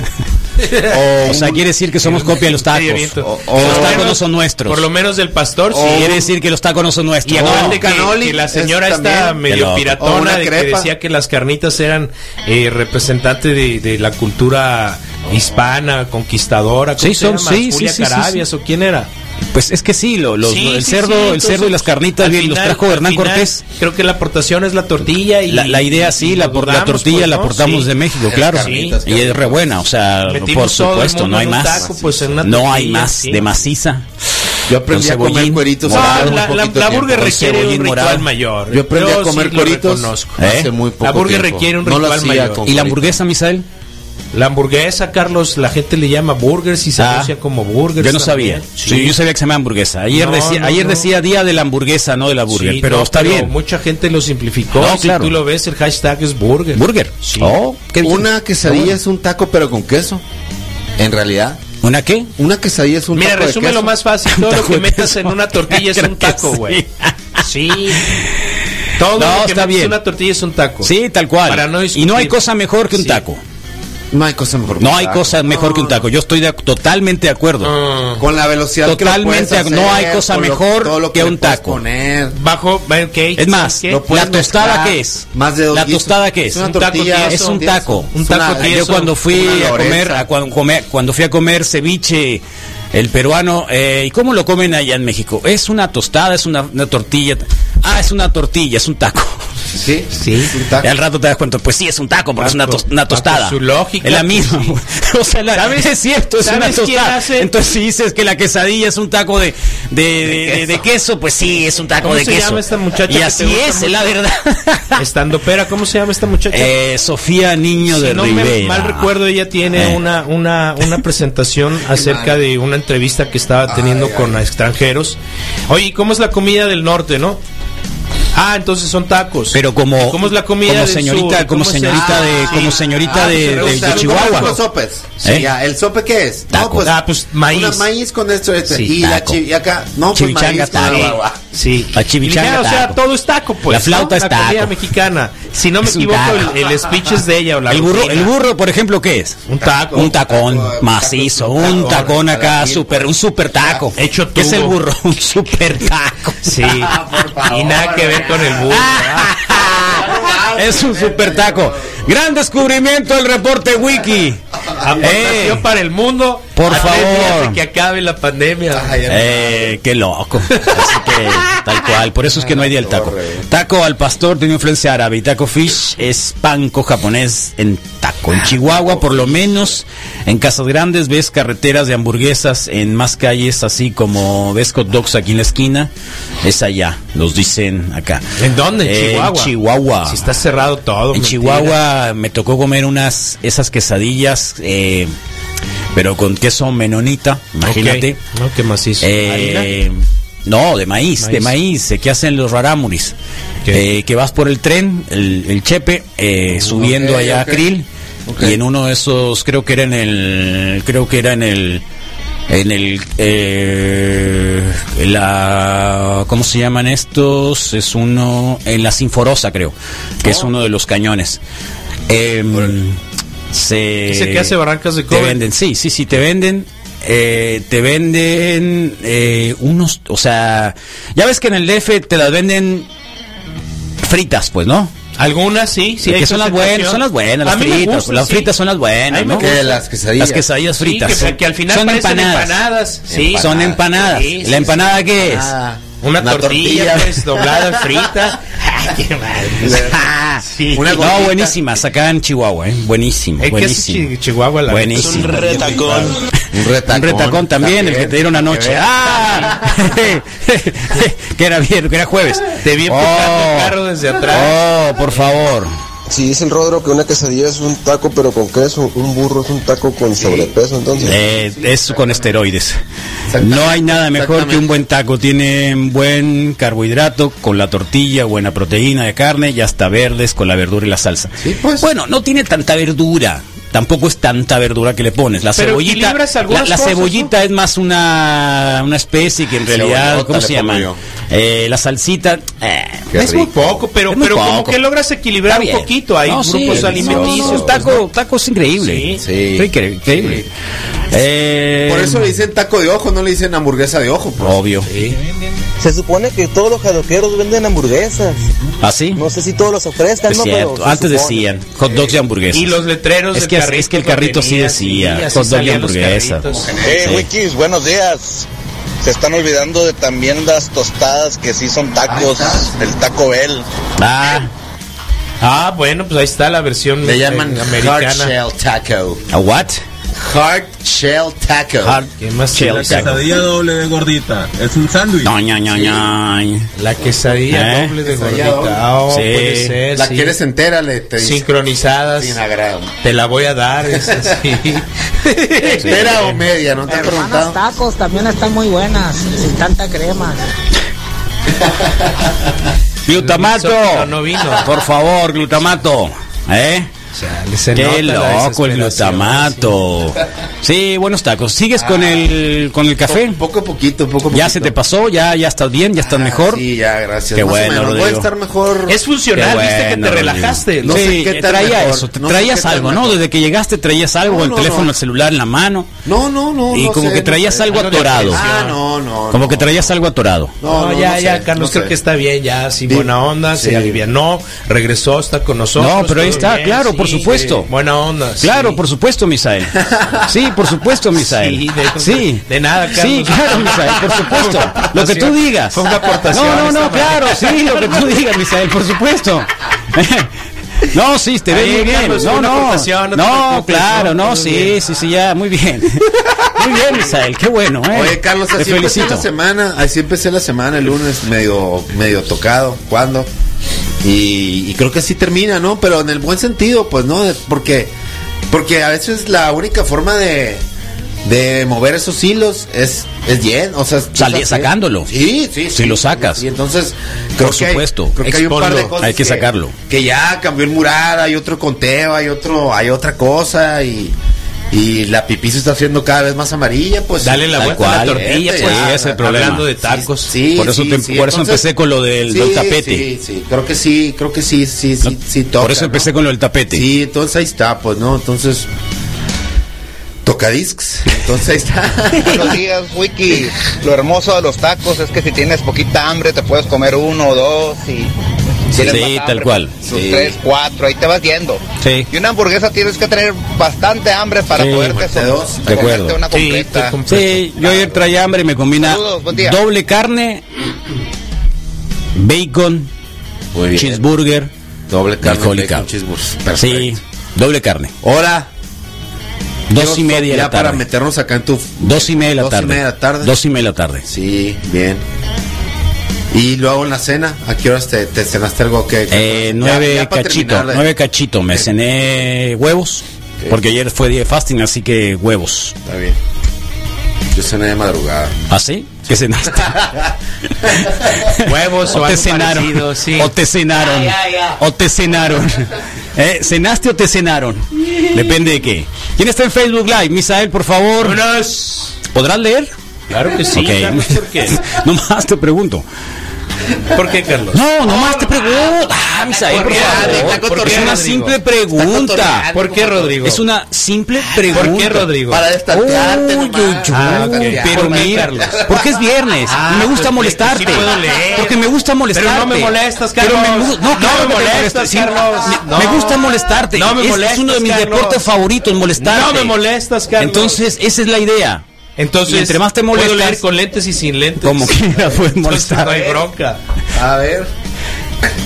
O, sea, quiere decir que somos copia de los
Sí,
tacos.
viento.
O- o-
Por
los
lo
tacos no
menos-
son nuestros.
Por lo menos del pastor,
Sí,
sí.
Quiere decir que los tacos no son nuestros.
Y
No.
aparte que,
Canoli
que la
es
señora está
también.
Qué
medio
loco.
O una
piratona de que
crepa.
decía que las carnitas eran eh, representante de, de la cultura hispana, conquistadora. ¿cómo
Sí,
se
son-
llama?
sí, sí,
Julia
sí, sí,
Carabias o quién era.
Pues es que sí, lo- los-
Sí,
el
sí,
cerdo,
sí,
el
entonces,
cerdo y las carnitas
al
bien, los
final-
trajo
al
Hernán
final,
Cortés.
Creo que la aportación es la tortilla y
La, la idea sí,
y
la,
lo
por- la
dudamos,
tortilla
pues,
la
¿no?
aportamos
Sí.
de México, claro.
carnitas,
y es re buena, o sea,
Metimos
por
todo el
supuesto,
mundo
no hay
en un
más.
taco, pues, en una
no hay
tortilla,
más
sí.
de maciza.
Yo aprendí
Con
a comer
cebollín,
cueritos.
No,
morado, un
hace
la, la,
poquito
la
tiempo.
burger requiere un
cebollín
ritual
morado.
mayor.
Yo aprendí a comer
sí lo
cueritos
reconozco.
¿Eh?
hace muy poco
La burger
tiempo.
requiere un
No lo
ritual
hacía con
mayor.
¿Y la
cueritos.
hamburguesa, Misael?
La hamburguesa, Carlos, la gente le llama burgers y se
Ah,
anuncia como burgers.
Yo no sabía.
también.
Sí, yo sabía que se llama hamburguesa. Ayer,
No,
decía,
no,
ayer
no.
decía día de la hamburguesa, no de la burger,
Sí,
pero
no,
está bien.
Mucha gente lo simplificó.
No,
y si
claro.
tú lo ves, el hashtag es burger.
Burger.
Sí.
Oh, qué bien.
Una quesadilla es un taco, pero con queso. En realidad,
¿Una qué?
una quesadilla es un
Mira,
taco. de
resume lo
queso.
más fácil. Todo
taco
lo que
de
metas
queso.
en una tortilla
(laughs)
es
Creo
un
que
taco,
sí.
güey. Sí.
No,
Todo lo
está
que metas
bien.
en una tortilla es un taco.
Sí, tal cual.
Pues, Para no
y no hay
discutir.
cosa mejor que un
Sí.
taco.
No hay cosa mejor. que
No
un
hay
taco.
cosa mejor que un taco. Yo estoy de- totalmente de acuerdo.
Ah.
Con la velocidad
Totalmente,
que lo puedes
no hay cosa
con
mejor
todo lo
que
le
un
puedes
taco.
poner.
Bajo, ok.
Es más,
¿qué?
lo-
puedes
¿La tostada
mezclar.
qué es?
Más de dos
¿La
guisos.
tostada qué es?
Es una
Un
taco
tortilla.
tieso.
es un taco.
Un taco
Yo
tieso.
cuando fui
una
a comer
loreza.
a cuando, come- cuando fui a comer ceviche el peruano eh, y cómo lo comen allá en México es una tostada es una, una tortilla ah es una tortilla es un taco (laughs)
Sí,
Sí.
es un taco.
Y al rato te das cuenta pues sí es un taco porque es una,
Taco.
tos- una
Bajo
tostada
su lógica,
es la misma
pues,
(laughs) o sea la-
¿Sabes-
es cierto es una
sabes quién
tostada
hace-
entonces si dices que la quesadilla es un taco de de, de- de- de queso. pues sí es un taco
¿Cómo
de
se
queso
llama esta muchacha que
y
te
así
gusta
es es
mucho?
la
(laughs)
verdad
Estando pera, ¿cómo se llama esta muchacha?
Eh, Sofía Niño de
si no
Rivera.
me mal recuerdo, ella tiene
Eh.
una, una, una
(laughs)
presentación acerca de una entrevista que estaba teniendo
Ay,
con extranjeros. Oye, ¿y ¿cómo es la comida del norte, no? Ah, entonces son tacos.
Pero como,
¿Cómo es la comida
como
del
señorita,
sur?
como
¿Cómo se-
señorita de,
Ah,
como
sí.
señorita
pues,
Ah,
de,
se
de-
pregunta,
de
¿cómo
Chihuahua.
son Los sopes.
¿Eh?
Sí, ya, ¿El sope qué es?
Taco.
Ah, pues, maíz.
Una maíz con esto. este.
Sí,
y, la
taco.
chi- y acá. No, pues
Chimichanga
maíz con
taco.
agua.
Sí.
La chivichanga
Y ya, o sea,
taco.
todo es taco, pues.
La flauta
¿no?
es
La comida
taco.
mexicana. Si no me
Es un
equivoco,
taco.
el, el speech es de ella. o la
El burro,
rutina.
el burro, por ejemplo, ¿qué es?
Un taco.
Un tacón
Un taco,
macizo,
un
un
tacón,
tacón acá,
para mí,
super, un super taco.
Hecho
¿Qué es el
tubo.
burro? (laughs) Un super taco.
Sí.
Ah, por favor,
y nada que ver con el
(laughs)
burro.
Ah, es un super taco. Gran descubrimiento el reporte wiki.
Aportación
Eh.
para el mundo.
Por
a tres días
favor.
de que acabe la pandemia.
Ay,
Eh, qué loco. Así que, tal cual. Por eso es que no hay día del taco. Taco al pastor tiene influencia árabe. Y taco fish es panco japonés en taco. En Chihuahua, por lo menos, en casas grandes ves carreteras de hamburguesas en más calles, así como ves hot dogs aquí en la esquina. Es allá, los dicen acá.
¿En dónde? ¿En
Eh,
Chihuahua?
En Chihuahua.
Si está cerrado todo.
En
mentira.
Chihuahua me tocó comer unas esas quesadillas, eh, pero con queso menonita, imagínate.
Ok. No, qué macizo.
Eh, no, de maíz, de
Maíz.
maíz, eh, que hacen los rarámuris.
Ok.
Eh, que vas por el tren, el, el chepe, eh, subiendo
ok,
allá
ok.
a Krill.
Ok.
Y en uno de esos, creo que era en el. Creo que era en el. En el. eh, la, ¿Cómo se llaman estos? Es uno. En la Sinforosa, creo. Que
Oh.
es uno de los cañones. Em, se,
Dice que hace Barrancas de
Te
Cobre.
venden, sí, sí, sí, te venden. eh, te venden eh, unos, o sea, ya ves que en el DF te las venden fritas, pues, ¿no?
Algunas sí, sí. hay
que son las buenas,
concentración.
son las buenas,
A
las
mí me
fritas.
gusta,
las
sí.
fritas son las buenas,
Ay, me
¿no?
Que las quesadillas.
Las quesadillas
Sí, que-
fritas.
que, al final
son
parecen
empanadas.
empanadas. Sí,
Empanadas.
Son empanadas.
Sí, sí,
¿La empanada qué es?
Ah,
Una, tortilla, pues, doblada,
(laughs)
frita. Ay, qué madre. (laughs) Sí.
Una
no,
gordita.
buenísimas, acá en Chihuahua, ¿eh? Buenísimo,
Es que es
buenísimo.
Chi- Chihuahua la
Buenísimo.
neta.
Es un
retacón.
Un retacón.
Un retacón también, el que te dieron anoche. ¡Ah! (laughs) que era bien, que era jueves.
Te vi empujando el carro desde atrás.
Oh, por favor.
Si dice el Rodro que una quesadilla es un taco pero con queso, un burro es un taco con sobrepeso, entonces...
Eh, es con esteroides. No hay nada mejor que un buen taco. Tiene buen carbohidrato con la tortilla, buena proteína de carne y hasta verdes con la verdura y la salsa.
Sí, pues.
Bueno, no tiene tanta verdura. Tampoco es tanta verdura que le pones. La
Pero
cebollita,
equilibras
la,
algunas
la
cosas,
cebollita es más una, una especie que en realidad,
Cebollota
¿cómo
le
se
pongo
llama?
yo.
Eh, la salsita. eh,
Qué
es muy
rico.
poco, pero,
Es muy
pero como
poco.
que logras equilibrar
Está
un
bien.
poquito. Hay
No, sí,
grupos
no,
alimenticios. pues,
no, no, taco, taco es increíble.
Sí.
Sí.
Está incre- increíble. Eh,
Por eso le dicen taco de ojo, no le dicen hamburguesa de ojo. pues.
Obvio.
Se supone que todos los jadoqueros venden hamburguesas.
¿Así?
No sé si todos los ofrezcan,
¿Ah, Es
¿no?
cierto,
Pero se
antes
supone.
decían hot dogs y hamburguesas.
Y los letreros
es
del
que,
carrito
es que el
lo
carrito sí
tenía,
decía
sí, así
hot dog y
salían los
hamburguesas.
carritos.
Eh,
Sí.
Wikis, buenos días. Se están olvidando de también las tostadas que sí son tacos, el Taco Bell.
Ah,
Ah, bueno, pues ahí está la versión
Le
eh,
llaman hard
americana.
shell taco.
¿a what?
Hard shell taco.
Hard
¿Qué más
shell
tiene?
taco.
Quesadilla doble de gordita. Es un sándwich.
No, ña, ña, ña.
La quesadilla
¿Eh?
doble de
Quesadilla doble.
gordita. Oh,
Sí.
puede ser,
la
sí.
quieres entera, le te dicen.
Sincronizadas.
Sin agrado.
Te la voy a
(laughs)
dar, esa sí.
Entera o media, ¿no te han
Hermanas
preguntado?
tacos también están muy buenas, sin tanta crema.
Glutamato.
No, no vino.
Por favor, glutamato. ¿Eh?
Chale, se nota
Qué
la
loco el
desesperación,
glutamato. Sí, buenos tacos. ¿Sigues con el con el café?
Poco a poquito, poco a poquito.
¿Ya se te pasó? ¿Ya ya estás bien? ¿Ya estás
Ah,
mejor?
Sí, ya, gracias.
Qué
Más o
bueno,
menos.
Rodrigo.
Voy a estar mejor.
sí. Es funcional,
Qué
viste que
bueno,
te relajaste.
Rodrigo.
No
sí,
sé qué tan
traía
mejor,
eso, te
no sé
traías
qué tan
algo, ¿no?
mejor.
Desde que llegaste traías algo,
No,
el
no,
teléfono,
no.
el celular en la mano,
No, no, no.
Y
no
como que traías algo
Algo de
atorado.
Ah, no, no.
Como
no.
que traías algo atorado.
No, no,
ya,
no sé,
ya, Carlos
no
creo
sé.
que está bien, ya, sin
Sí.
buena onda, se
Sí.
alivianó, regresó, está con nosotros.
No, pero ahí
todo
está, claro, por supuesto.
sí, buena onda. sí.
Claro, por supuesto, Misael. Sí, por supuesto, Misael.
Sí,
Sí,
de- de nada, Carlos.
Sí, claro, Misael, por supuesto. Lo que tú digas.
Fue una aportación
No, no,
esta
no, claro, sí, lo que tú digas, Misael, por supuesto. (laughs) No, sí, te ves
Ahí,
muy bien.
Carlos, fue
No,
una
no.
aportación, no te
No,
preocupes,
claro,
no,
no,
todo
sí,
bien.
sí, sí, ya, muy bien. (laughs) Muy bien, Misael, qué bueno, ¿eh?
Oye, Carlos,
te
así empecé
felicito.
la semana, así empecé la semana el lunes, medio, medio tocado, ¿cuándo? Y, y creo que así termina, ¿no? Pero en el buen sentido, pues, ¿no? De- Porque, porque a veces la única forma de, de mover esos hilos es, es bien, o sea... es-
Sali- sacándolo.
Sí, sí.
Si lo sacas.
Y entonces, creo
Por
que hay-
supuesto,
creo que hay un par de
exponlo,
cosas
hay que sacarlo.
Que ya cambió el mural, hay otro conteo, hay otro, hay otra cosa y... Y la pipí se está haciendo cada vez más amarilla, pues.
Dale la
Tal
vuelta a la tortilla,
Gente,
pues,
ya,
ese es el
hablando
problema.
Hablando de tacos.
Sí,
Por eso
sí,
te-
sí,
por eso
entonces-
empecé con lo del- del tapete.
Sí, sí, creo que sí, creo que sí, sí, sí, sí toca,
Por eso empecé
¿no?
con lo del tapete.
Sí, entonces ahí está, pues, ¿no? Entonces, tocadiscs, entonces ahí
(laughs)
está.
Buenos días, Wiki. Lo hermoso de los tacos es que si tienes poquita hambre te puedes comer uno o dos y...
Sí,
tienes más
tal
hambre,
cual.
sus
Sí.
Tres, cuatro, ahí te vas yendo.
Sí.
Y una hamburguesa tienes que tener bastante hambre para
Sí,
poderte
de dos,
de acuerdo.
comerte una
Sí,
completa.
te com-
Sí, yo ayer traía hambre y me combina
Saludos, buen día.
doble carne, bacon,
Muy bien.
cheeseburger.
Doble carne,
Alcohólica.
bacon, cheeseburger.
Sí,
Perfecto.
doble carne.
Hora.
Dos y
Yo,
media de
ya
la tarde.
para meternos acá en tu.
Dos y media de la
Dos
tarde.
y media de la tarde.
Dos y media de la tarde.
Sí, bien. Y luego en la cena, ¿a qué horas te, te cenaste algo que
Eh,
Ya-
nueve
ya para
cachito,
terminar, eh.
nueve cachito. Me cené huevos, porque ayer fue día de fasting, así que huevos.
Está bien. Yo cené de madrugada.
¿Así? ¿Qué
(laughs)
cenaste?
Huevos o
te
algo
cenaron.
parecido, sí.
O te cenaron. O te cenaron. Eh, ¿Cenaste o te cenaron? Depende de qué. ¿Quién está en Facebook Live? Misael, por favor.
Vámonos.
¿Podrás leer?
Claro que sí,
Ok. (laughs)
Carlos, ¿por qué?
Nomás te pregunto.
¿Por qué, Carlos?
No, nomás te pregunto. Ah, Misael, por
qué?
favor,
Está
porque es
cotorreando,
una
Rodrigo.
simple
Está
pregunta.
¿Por qué, Rodrigo?
Es una simple pregunta.
¿Por qué, Rodrigo?
Para
Uy,
destantearte
uy,
nomás.
uy.
Ah, ok.
Pero
Por
mira,
Carlos.
porque es viernes
Ah,
y me gusta
pues,
molestarte.
sí puedo leer.
Porque me gusta molestarte.
Pero no me molestas,
Pero me
Carlos.
gu-
No
no, claro
me
que te
molestas,
molesto, sí.
Carlos.
Me,
No.
me gusta molestarte. Este
No me
Es- es,
molestas,
uno de mis
Carlos.
deportes favoritos, molestarte.
No me molestas, Carlos.
Entonces, esa es la idea.
Entonces,
Y entre más te
puedo
molestas-
leer con lentes y sin lentes.
Como quieras, puedes
Entonces,
molestar.
no hay bronca.
A ver.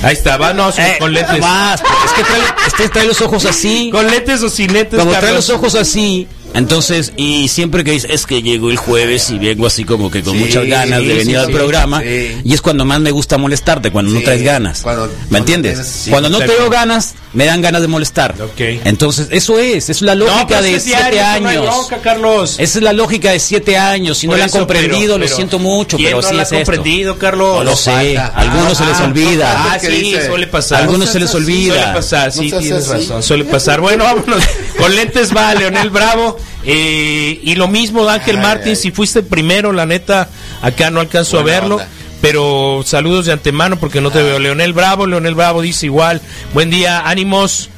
Ahí está, va, no, sin-
Eh,
con lentes.
más, porque es que trae, este trae los ojos así.
Con lentes o sin lentes,
Cuando trae
Carlos?
los ojos así, entonces, y siempre que dices, es que llego el jueves y vengo así como que con
Sí,
muchas ganas de
sí,
venir
sí,
al
sí,
programa,
sí.
y es cuando más me gusta molestarte, cuando no
Sí,
traes ganas.
cuando-
¿Me
cuando
entiendes?
tienes- sí,
cuando no
te
tengo
veo.
ganas, me dan ganas de molestar.
Ok.
Entonces, eso es, es la
No,
lógica
pero
de
es que es
siete
diario, no hay
años.
bronca, Carlos.
Esa es la lógica de siete años. Si no
Por
la han
eso,
comprendido,
pero-
lo
pero-
siento mucho,
¿quién
pero
no
sí
la
es
ha
esto.
comprendido, Carlos?
No lo sé.
falta.
A eh, algunos se les
Ah,
olvida.
Ah,
¿Qué
sí,
dice?
suele pasar.
Algunos se les
seas así,
olvida.
Suele pasar, sí,
No seas
tienes
así.
razón, suele pasar. Bueno, vámonos. Con lentes va Leonel Bravo. eh, y lo mismo de Ángel
Ay,
Martín,
ay.
si fuiste primero, la neta, acá no alcanzo
Buena
a verlo.
onda.
Pero saludos de antemano porque no te veo. Leonel Bravo, Leonel Bravo dice igual. Buen día, ánimos.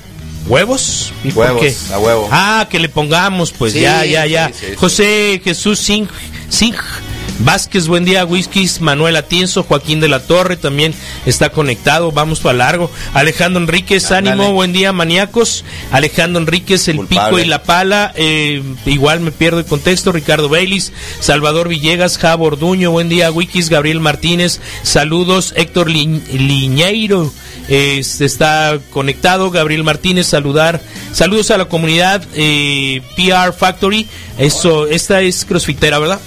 ¿Huevos? ¿Y por
Huevos,
qué?
a huevo.
Ah, que le pongamos, pues
Sí,
ya, ya,
sí,
ya.
sí, sí.
José Jesús Singh, Singh, Vázquez, buen día, Whiskies, Manuel Atienzo, Joaquín de la Torre también está conectado, vamos para largo. Alejandro Enríquez,
Ándale.
ánimo, buen día, maníacos. Alejandro Enríquez, El
Culpable.
Pico y La Pala, eh, igual me pierdo el contexto. Ricardo Baylis, Salvador Villegas, Javo Orduño, buen día, Wikis, Gabriel Martínez, saludos, Héctor Li- Liñeiro. eh, se está conectado Gabriel Martínez, saludar, saludos a la comunidad eh, PR Factory. Eso, esta es crossfitera, ¿verdad?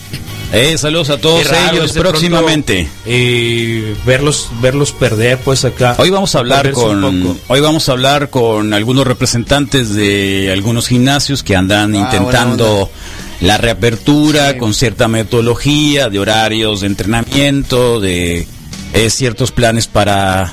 Eh, saludos a
Qué
todos
raro
ellos
es de pronto,
próximamente.
eh, verlos, verlos perder, pues acá.
Hoy vamos a hablar
Perderse un
con
poco.
hoy vamos a hablar con algunos representantes de algunos gimnasios que andan
Ah, buena
intentando la reapertura con cierta metodología de horarios de entrenamiento, de eh, ciertos planes para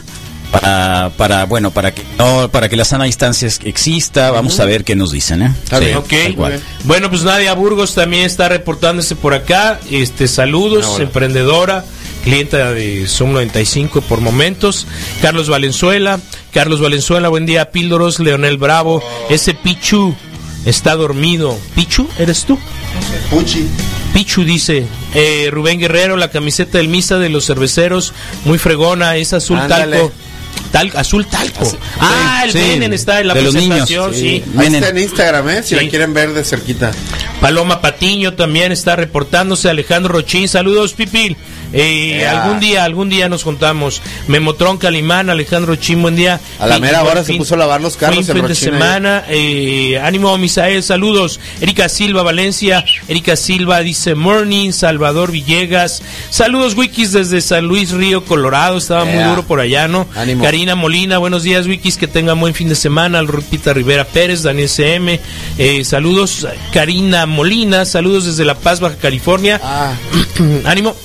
para para bueno, para que no para que la sana distancia es- exista, vamos a ver qué nos dicen, ¿eh?
Está bien,
Ok.
tal cual.
Bueno, pues Nadia Burgos también está reportándose por acá. Este, saludos,
Ah, hola.
emprendedora, clienta de Zoom 95 por momentos. Carlos Valenzuela, Carlos Valenzuela, buen día, Píldoros, Leonel Bravo, ese Pichu está dormido. ¿Pichu? ¿Eres tú?
Puchi.
Pichu dice, eh, Rubén Guerrero, la camiseta del Misa de los cerveceros, muy fregona, es azul
Ándale.
talco. Tal, azul talco. ah, el
sí,
Benen está en la
de los niños,
presentación, sí.
sí.
Ahí
Miren.
está en Instagram, ¿eh? Si
Sí.
la quieren ver de cerquita.
Paloma Patiño también está reportándose. Alejandro Rochín, saludos, Pipil. Eh,
Ea.
algún día, algún día nos juntamos. Memotron Calimán, Alejandro Rochín, buen día.
A la mera
Buen
hora se puso a lavar los carros
buen
el
fin de
Rochín
semana. Eh, ánimo, Misael, saludos. Erika Silva, Valencia. Erika Silva dice morning. Salvador Villegas. Saludos, Wikis, desde San Luis Río, Colorado. Estaba muy
Ea.
duro por allá, ¿no?
Ánimo.
Karina Molina, buenos días, Wikis, que tengan buen fin de semana. Lupita Rivera Pérez, Daniel CM, eh, saludos. Karina Molina, saludos desde La Paz, Baja California. Mm,
Ah,
Ánimo.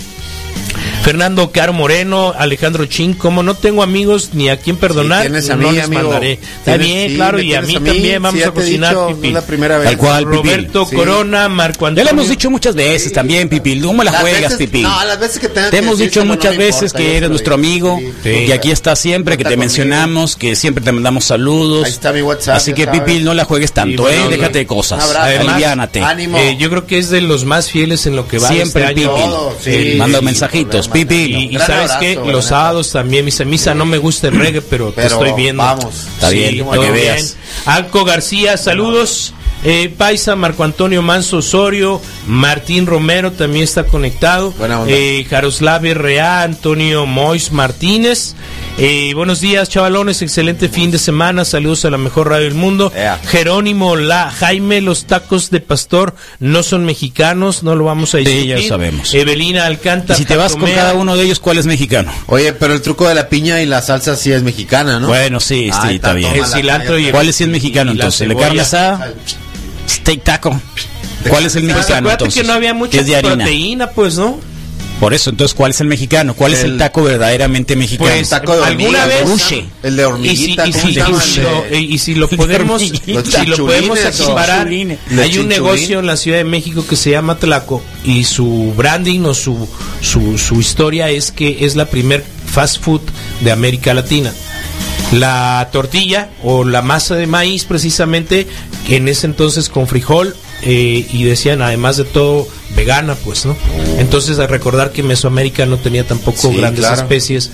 Fernando Caro Moreno, Alejandro Chin, como no tengo amigos ni a quién perdonar,
sí, tienes a
no
mí,
les
amigo.
mandaré. Está
Tienes-
bien,
sí,
claro,
me
y a
tienes
mí, también
Sí,
vamos
ya
a
te he
cocinar.
dicho, no
pipí.
es la primera vez.
Tal cual, Pipil.
Roberto
Sí.
Corona, Marco
Ya
Antonio.
lo hemos dicho muchas veces también, Pipil. ¿Cómo la
Las
juegas,
veces-
Pipil?
no, las veces que
Te
tenga que
hemos dicho
decírtelo, no
muchas
me
veces
importa,
que
yo
eres
te lo
nuestro
digo.
amigo,
Sí.
que aquí está siempre, que
Cuenta
te
conmigo.
mencionamos, que siempre te mandamos saludos.
Ahí está mi WhatsApp,
Así
ya
que,
sabes.
Pipil, no la juegues tanto,
bueno,
¿eh?
oye,
Déjate de cosas.
un abrazo.
Además,
Aliviánate.
ánimo.
Eh, yo creo que es de los más fieles en lo que va de
Siempre,
este
Pipil.
año.
Todo, sí.
Eh,
Manda
sí,
mensajitos,
problema,
Pipil.
Y, y
Gran
sabes
abrazo,
que
la
los
neta.
sábados también, misa, misa, no me gusta el reggae, pero, te
Pero
estoy viendo.
vamos.
Está bien,
todo
para que veas.
Anco García, saludos. Eh, Paisa, Marco Antonio Manso Osorio, Martín Romero también está conectado.
Buena onda.
Eh, Jaroslav Rea, Antonio Mois Martínez. Eh, buenos días, chavalones. Excelente fin de semana. Saludos a la mejor radio del mundo.
Ea.
Jerónimo La Jaime, los tacos de pastor no son mexicanos. No lo vamos a
Sí, ya
discutir.
sabemos.
Evelina Alcántara.
Y si te vas con
Jacomea,
cada uno de ellos, ¿cuál es mexicano?
Oye, pero el truco de la piña y la salsa sí es mexicana, ¿no?
Bueno, sí,
Ah,
sí, está bien.
El cilantro y
¿Cuál es el mexicano
y la
entonces? ¿El de
cebolla.
carne asada? Steak taco. ¿Cuál es el
Pues
mexicano
acuérdate
entonces?
que no había mucha
Que es de harina.
proteína, pues, ¿no?
Por eso, entonces, ¿cuál es el mexicano? ¿Cuál es el
El-
taco verdaderamente mexicano?
El taco de
alguna
hormiga,
vez-
¿no?
Ruche.
El de
Y si,
hormiguita,
y
¿cómo
si-
se llama?
y si
El
lo,
de-
y si lo podemos,
Los
si lo podemos
chinchulines, o-
equiparar,
chinchulines.
hay un
Los
negocio
chinchulines.
en la Ciudad de México que se llama Tlaco y su branding o su, su, su historia es que es la primer fast food de América Latina. La tortilla o la masa de maíz precisamente, que en ese entonces con frijol eh, y decían además de todo vegana, pues, ¿no? Entonces a recordar que Mesoamérica no tenía tampoco
Oh. Sí,
grandes
claro.
especies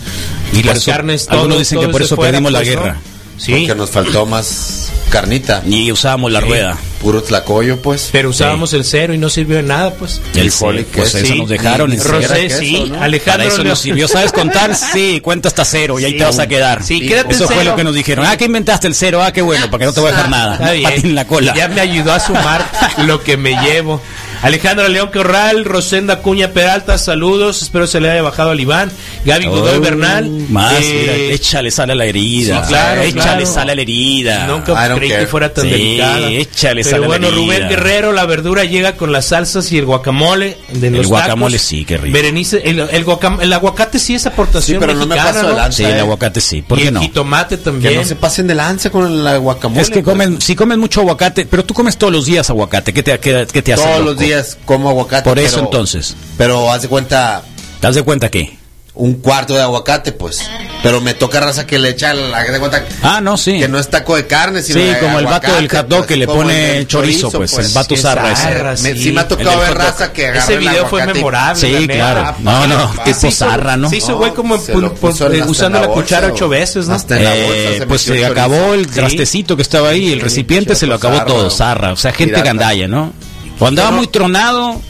Y
y
por
las
eso-
carnes.
algunos dicen que
es
por
de
eso perdimos la
¿no?
guerra.
Sí.
Porque nos faltó más carnita.
Y usábamos la
Sí.
rueda.
Puro tlacoyo, pues.
Pero usábamos el cero y no sirvió de nada, pues.
El
Híjole,
sí, pues
que
eso
sí.
nos dejaron.
Ni-
en
ni siquiera
cero.
Rosé,
queso,
sí.
¿no?
Para
Alejandro
eso
León-
nos sirvió. ¿Sabes contar? Sí, cuenta hasta cero y ahí
Sí.
te vas a quedar.
Sí, quédate
Eso
en
fue
cero.
lo que nos dijeron. Ah, que inventaste el cero. Ah, qué bueno, porque no te voy a dejar nada.
Está
No
bien.
patín en la cola.
Ya me ayudó
(laughs)
a sumar lo que me llevo. Alejandra León Corral, Rosenda Cuña Peralta, saludos. Espero se le haya bajado al Iván. Gaby Godoy
Oh,
Bernal.
Más,
eh,
mira, échale sal a la herida.
Sí, claro,
échale
claro.
sal a la herida.
I
Nunca
don't
creí
care.
que fuera tan
Sí,
delicada.
échale sal a
Pero
la
bueno,
herida.
Rubén Guerrero, la verdura llega con las salsas y el guacamole de los
guacamole
tacos.
sí, qué rico.
Berenice, el, el guacam- el aguacate sí es
Sí,
aportación
pero no me
mexicana,
paso de
¿no?
lanza.
Sí, el
eh.
aguacate sí. ¿Por
y
qué
el
no?
jitomate
Que
también.
no se pasen de lanza con la guacamole.
Es que
pues.
comen, si comen mucho aguacate, pero tú comes todos los días aguacate. ¿Qué te, qué, qué te hace?
Todos
loco?
los días como aguacate.
Por eso
pero-
entonces.
Pero haz de cuenta
¿Te das de cuenta que?
un cuarto de aguacate, pues. Pero me toca raza que le echa, la, haz de cuenta
Ah, no, sí.
que no es taco de carne, sino
Sí,
de
como el vato del
aguacate, pues,
hot dog que le
como
pone
del
el chorizo, pues, el vato
Sí,
zarra ese.
zarra,
Sí,
Me- sí me ha
el
tocado
del
ver
hot dog.
raza que agarra
Ese
el
video fue
aguacate y-
memorable. la
Sí,
neta.
claro. No, no,
Se
tipo
hizo-
zarra, ¿no?
Se hizo güey como en
se
pul-
lo
pul-
puso en-
eh,
hasta
usando
en
la,
la bolsa,
cuchara
güey.
ocho veces, ¿no?
Hasta en la bolsa
Eh,
se
pues
metió
se
el
acabó
chorizo.
el
Sí.
trastecito que estaba ahí, el
Sí,
recipiente se lo
chorizo
acabó
zarra,
todo,
güey.
zarra. O sea, gente
Pirata.
gandalla, ¿no? O andaba
Yo no-
muy tronado,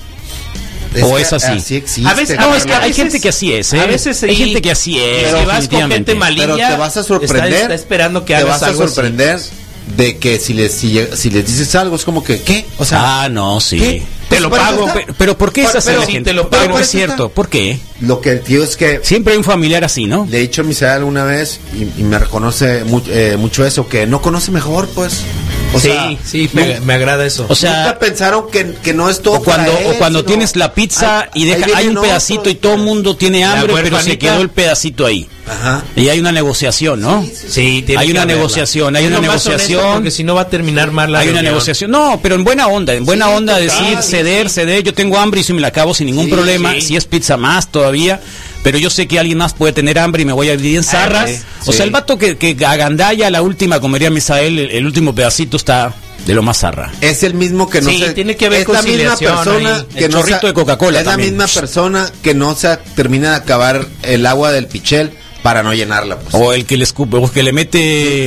Es
o
que
es así.
existe,
A veces-
No,
carnal.
es que
a
hay
veces-
gente que así es, ¿eh?
a veces sí.
Hay gente que así es.
Pero si vas con
definitivamente.
gente malilla,
Pero te vas a sorprender.
Está, está esperando que
te
hagas
vas a
algo así.
sorprender de que si les si, si les dices algo es como que qué, o sea,
ah, no, sí.
¿Qué?
Te lo
Pues, ¿para
pago.
eso
pe-
está?
Pero, ¿por qué es
Pero-
así la
pero-
gente?
te lo
Pero
pago.
no es
¿Para eso está?
cierto. ¿Por qué?
lo que el tío es que
Siempre hay un familiar así, ¿no?
le he dicho a Misael alguna vez y, y me reconoce mu- eh, mucho eso que no conoce mejor, pues. O
sí,
sea,
sí, me, me agrada eso.
O sea,
nunca pensaron que, que no es todo
o cuando,
para él,
o cuando
sino-
tienes la pizza
Ahí-
y deja,
ahí
hay
vienen
un pedacito
otros.
y todo el mundo tiene
La
hambre, pero se
huerfanita.
quedó el pedacito ahí.
Ajá.
Y hay una negociación, ¿no?
sí, tiene
hay
que
una
haberla.
negociación, hay
Es
una
lo más honesto,
negociación.
Porque si no va a terminar mal la
hay una
reunión.
negociación. No, pero en buena onda, en buena onda decir ceder, ceder. Yo tengo hambre y si me la acabo sin ningún
Sí,
problema.
sí.
Si es pizza más todavía. Pero yo sé que alguien más puede tener hambre y me voy a dividir en
Ah,
zarras.
sí,
o sea, el vato que, que agandalla la última, comería Misael, el, el último pedacito está de lo más zarra.
Es el mismo que no
Sí,
se
tiene que haber
es la misma
conciliación
persona
ahí.
que
El
no
chorrito
se-
de Coca-Cola
Es la
también.
misma persona que no se termina de acabar el agua del pichel para no llenarla, pues.
O el que le escupe, o el que le mete,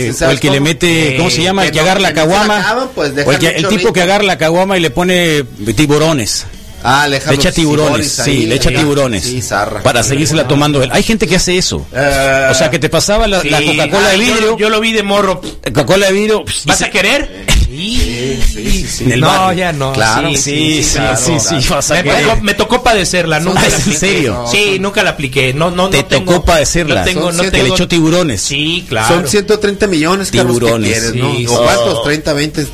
Sí,
o
¿sabes
el que le
cómo?
mete,
Eh,
¿cómo se llama? El
que
que
no-
agarra la
que no se la
caguama.
acaban, pues,
o el, que-
déjale
el
un
tipo
chorrito.
que agarra la caguama y le pone tiburones.
Ah, le dejan
Le echa
los
tiburones,
ahí,
sí, le echa
ajá.
tiburones.
Sí, zarra.
Para seguírsela tomando él. Hay gente que hace eso.
Eh.
o sea, que te pasaba la,
Sí.
la Coca-Cola de
Ay, yo-
vidrio.
Yo, lo vi de morro.
Coca-Cola de vidrio. pss,
¿Vas
y
a
se-
querer? Sí,
En el
no,
barrio.
ya no.
Claro,
Sí, sí, sí,
claro,
sí, sí,
claro.
vas a
Me
querer.
tocó, me tocó padecerla, nunca
Ah,
la
¿es en
apliqué.
serio?
Sí, nunca la apliqué. No, no, no
Te
tengo-
tocó padecerla.
No tengo,
Son
no
siete-
Que le
tengo-
echó tiburones.
Sí, claro.
Son 130 millones Carlos,
Tiburones.
que quieres,
Sí, Oh.
¿no?
sí.
¿O cuántos? 30, 20, ve-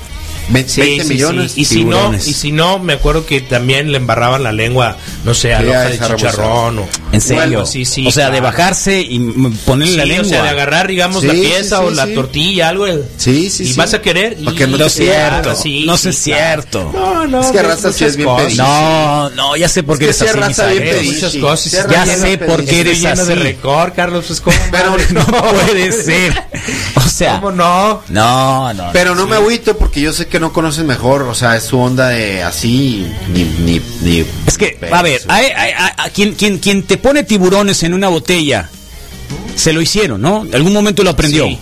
20
Sí, sí, sí.
millones.
Y si no, y
tiburones.
si no, me acuerdo que también le embarraban la lengua, no sé, a
Sí,
hoja
a
de
esa
chicharrón o
En serio.
Bueno, sí, sí,
o sea, de
claro.
bajarse y mm, ponerle
Sí,
la
o
lengua.
sea, de agarrar, digamos, la
Sí,
pieza
sí,
o
sí,
la
sí.
tortilla, algo.
Sí, sí,
Y
sí.
vas a querer.
Para que
y-
no
No es
te
cierto.
Ah, sí,
no
sí,
es cierto.
No, no.
Es que
de
raza sí
muchas
es bien
cosas.
pedida.
No, no, ya sé por qué
que
eres
sí hay
así,
raza bien
Misael.
Eh,
pedida.
muchas
Sí,
cosas.
sí,
Ya
Raza bien
sé por
pedida.
qué
Estoy
eres
lleno de
así.
rencor, Carlos. Pues, ¿cómo
Pero
madre?
(laughs)
(laughs)
No puede ser. O sea,
¿Cómo no?
no, no.
Pero no me agüito porque yo sé que no conocen mejor, o sea, es su onda de así, ni, ni, ni-
Es que, a ver,
Sí.
a, a- a- a quien, quien, quien te pone tiburones en una botella, se lo hicieron, ¿no? En algún momento lo aprendió. Sí,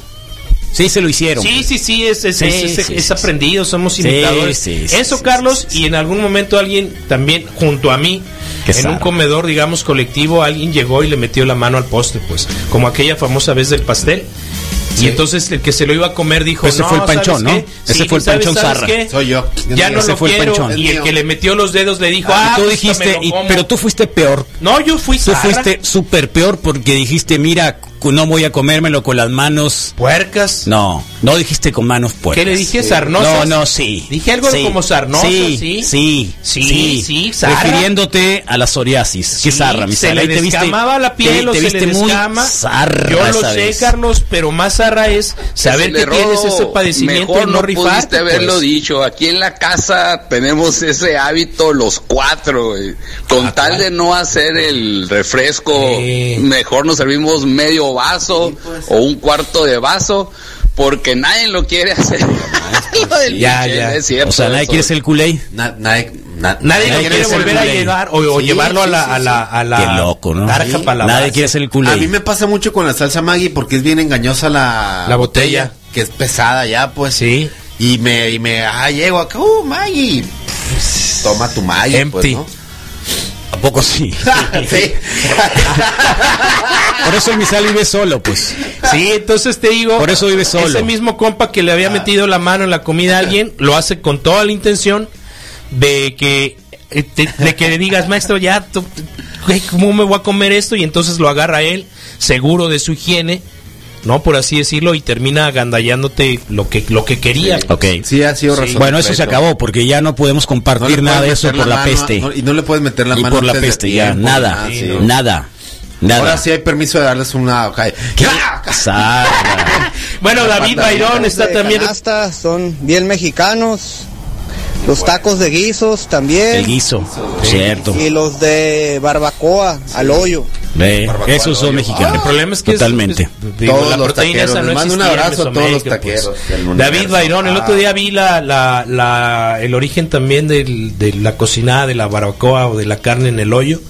Sí.
se lo hicieron.
Sí, sí, sí, es, es,
Sí,
es- es-
sí,
es
sí,
aprendido, somos
Sí,
imitadores.
sí, sí,
Eso,
sí,
Carlos,
sí, sí.
y en algún momento alguien también, junto a mí,
Qué
en
zarra.
un comedor, digamos, colectivo, alguien llegó y le metió la mano al poste, pues, como aquella famosa vez del pastel. Y entonces el que se lo iba a comer dijo,
Pues Ese
"No,
fue el
¿sabes
panchón,
qué?
¿no? Ese fue el
¿sabes-
panchón
sabes
zarra.
qué?
soy yo.
Ya no
Ese
lo
fue el
quiero.
panchón.
Y el que le metió los dedos le dijo,
Y
ah,
tú
pues,
dijiste,
me lo
y-
como".
pero tú fuiste peor.
No, yo fui
Tú
zarra.
fuiste súper peor porque dijiste, mira, cu- no voy a comérmelo con las manos.
Puercas.
No, no dijiste con manos puertas.
¿Qué le dije?
No,
¿Sarnosas?
no, sí.
Dije algo
Sí.
como sarnosas,
Sí,
sí.
sí,
Sí, sí, zarra.
Refiriéndote a la psoriasis. Qué
Sí,
zarra, mi
se
Sara.
le
Ahí te viste-
descamaba la piel
te-
o
te
se
viste
le
muy
descama.
zarra
Yo lo
esa
sé,
vez.
Carlos, pero más Bizarra es saber que
Aceleró,
tienes ese padecimiento
mejor
y no, pues.
no
rifar.
pudiste
pues?
haberlo dicho. Aquí en la casa tenemos ese hábito los cuatro. güey.
Ah,
Con tal de no hacer el refresco,
Eh.
Sí.
mejor nos servimos medio vaso o un cuarto de vaso. Porque nadie lo quiere hacer. (laughs) Lo del
Ah, Ya,
Michel,
ya.
es cierto
o sea, nadie
eso.
quiere ser el culé.
Na- nadie na-
Nadie lo
Nadie
quiere
quiere ser
volver a
culé.
llevar o, o
Sí,
llevarlo a
sí,
la,
sí,
a la, a la
Qué loco, ¿no?
tarja para la
Nadie
base.
quiere ser el culé.
A mí me pasa mucho con la salsa Maggi porque es bien engañosa la,
La botella.
que es pesada ya, pues.
Sí.
Y me, y me, ah, llego acá, uh, Maggi. Pff, Toma tu Maggi, pues,
Empty.
¿no? (laughs)
¿A poco
(laughs)
sí?
sí.
Por eso el misal vive solo, pues.
Sí, entonces te digo,
Por eso vive solo. Ah.
Ese mismo compa que le había metido la mano en
(laughs)
la comida a alguien, lo hace con toda la intención de que eh, te- de que le digas, maestro, ya, tú- güey, ¿cómo me voy a comer esto? Y entonces lo agarra él, seguro de su higiene, ¿no? Por así decirlo, y termina agandallándote lo que, lo que quería.
Ok.
Sí, ha sido razón.
Bueno, eso se acabó porque ya no podemos
No le
compartir
puedes
nada de
meter
eso por la
mano,
peste.
no- y no le puedes meter la
y
mano
por la
antes de
peste, ya.
tiempo,
Nada,
sí, ¿no?
nada, nada.
Ahora sí hay permiso de darles una. ok.
Sara.
Bueno, David Bayrón está también.
Ah,
Canasta, son bien mexicanos. Los tacos de guisos también.
El guiso, cierto.
Y los de barbacoa al hoyo.
Ve, esos son mexicanos.
El problema es que es-
Totalmente.
es- digo,
Ah, Todos
la
los
proteína
taqueros.
esa
Les mando un
existía en
abrazo a todos los
Mesoamérica, pues.
taqueros del
David
universo.
Bayrón, el
Ah.
otro día vi la, la, la- el origen también del- de la cocinada de la barbacoa o de la carne en el hoyo.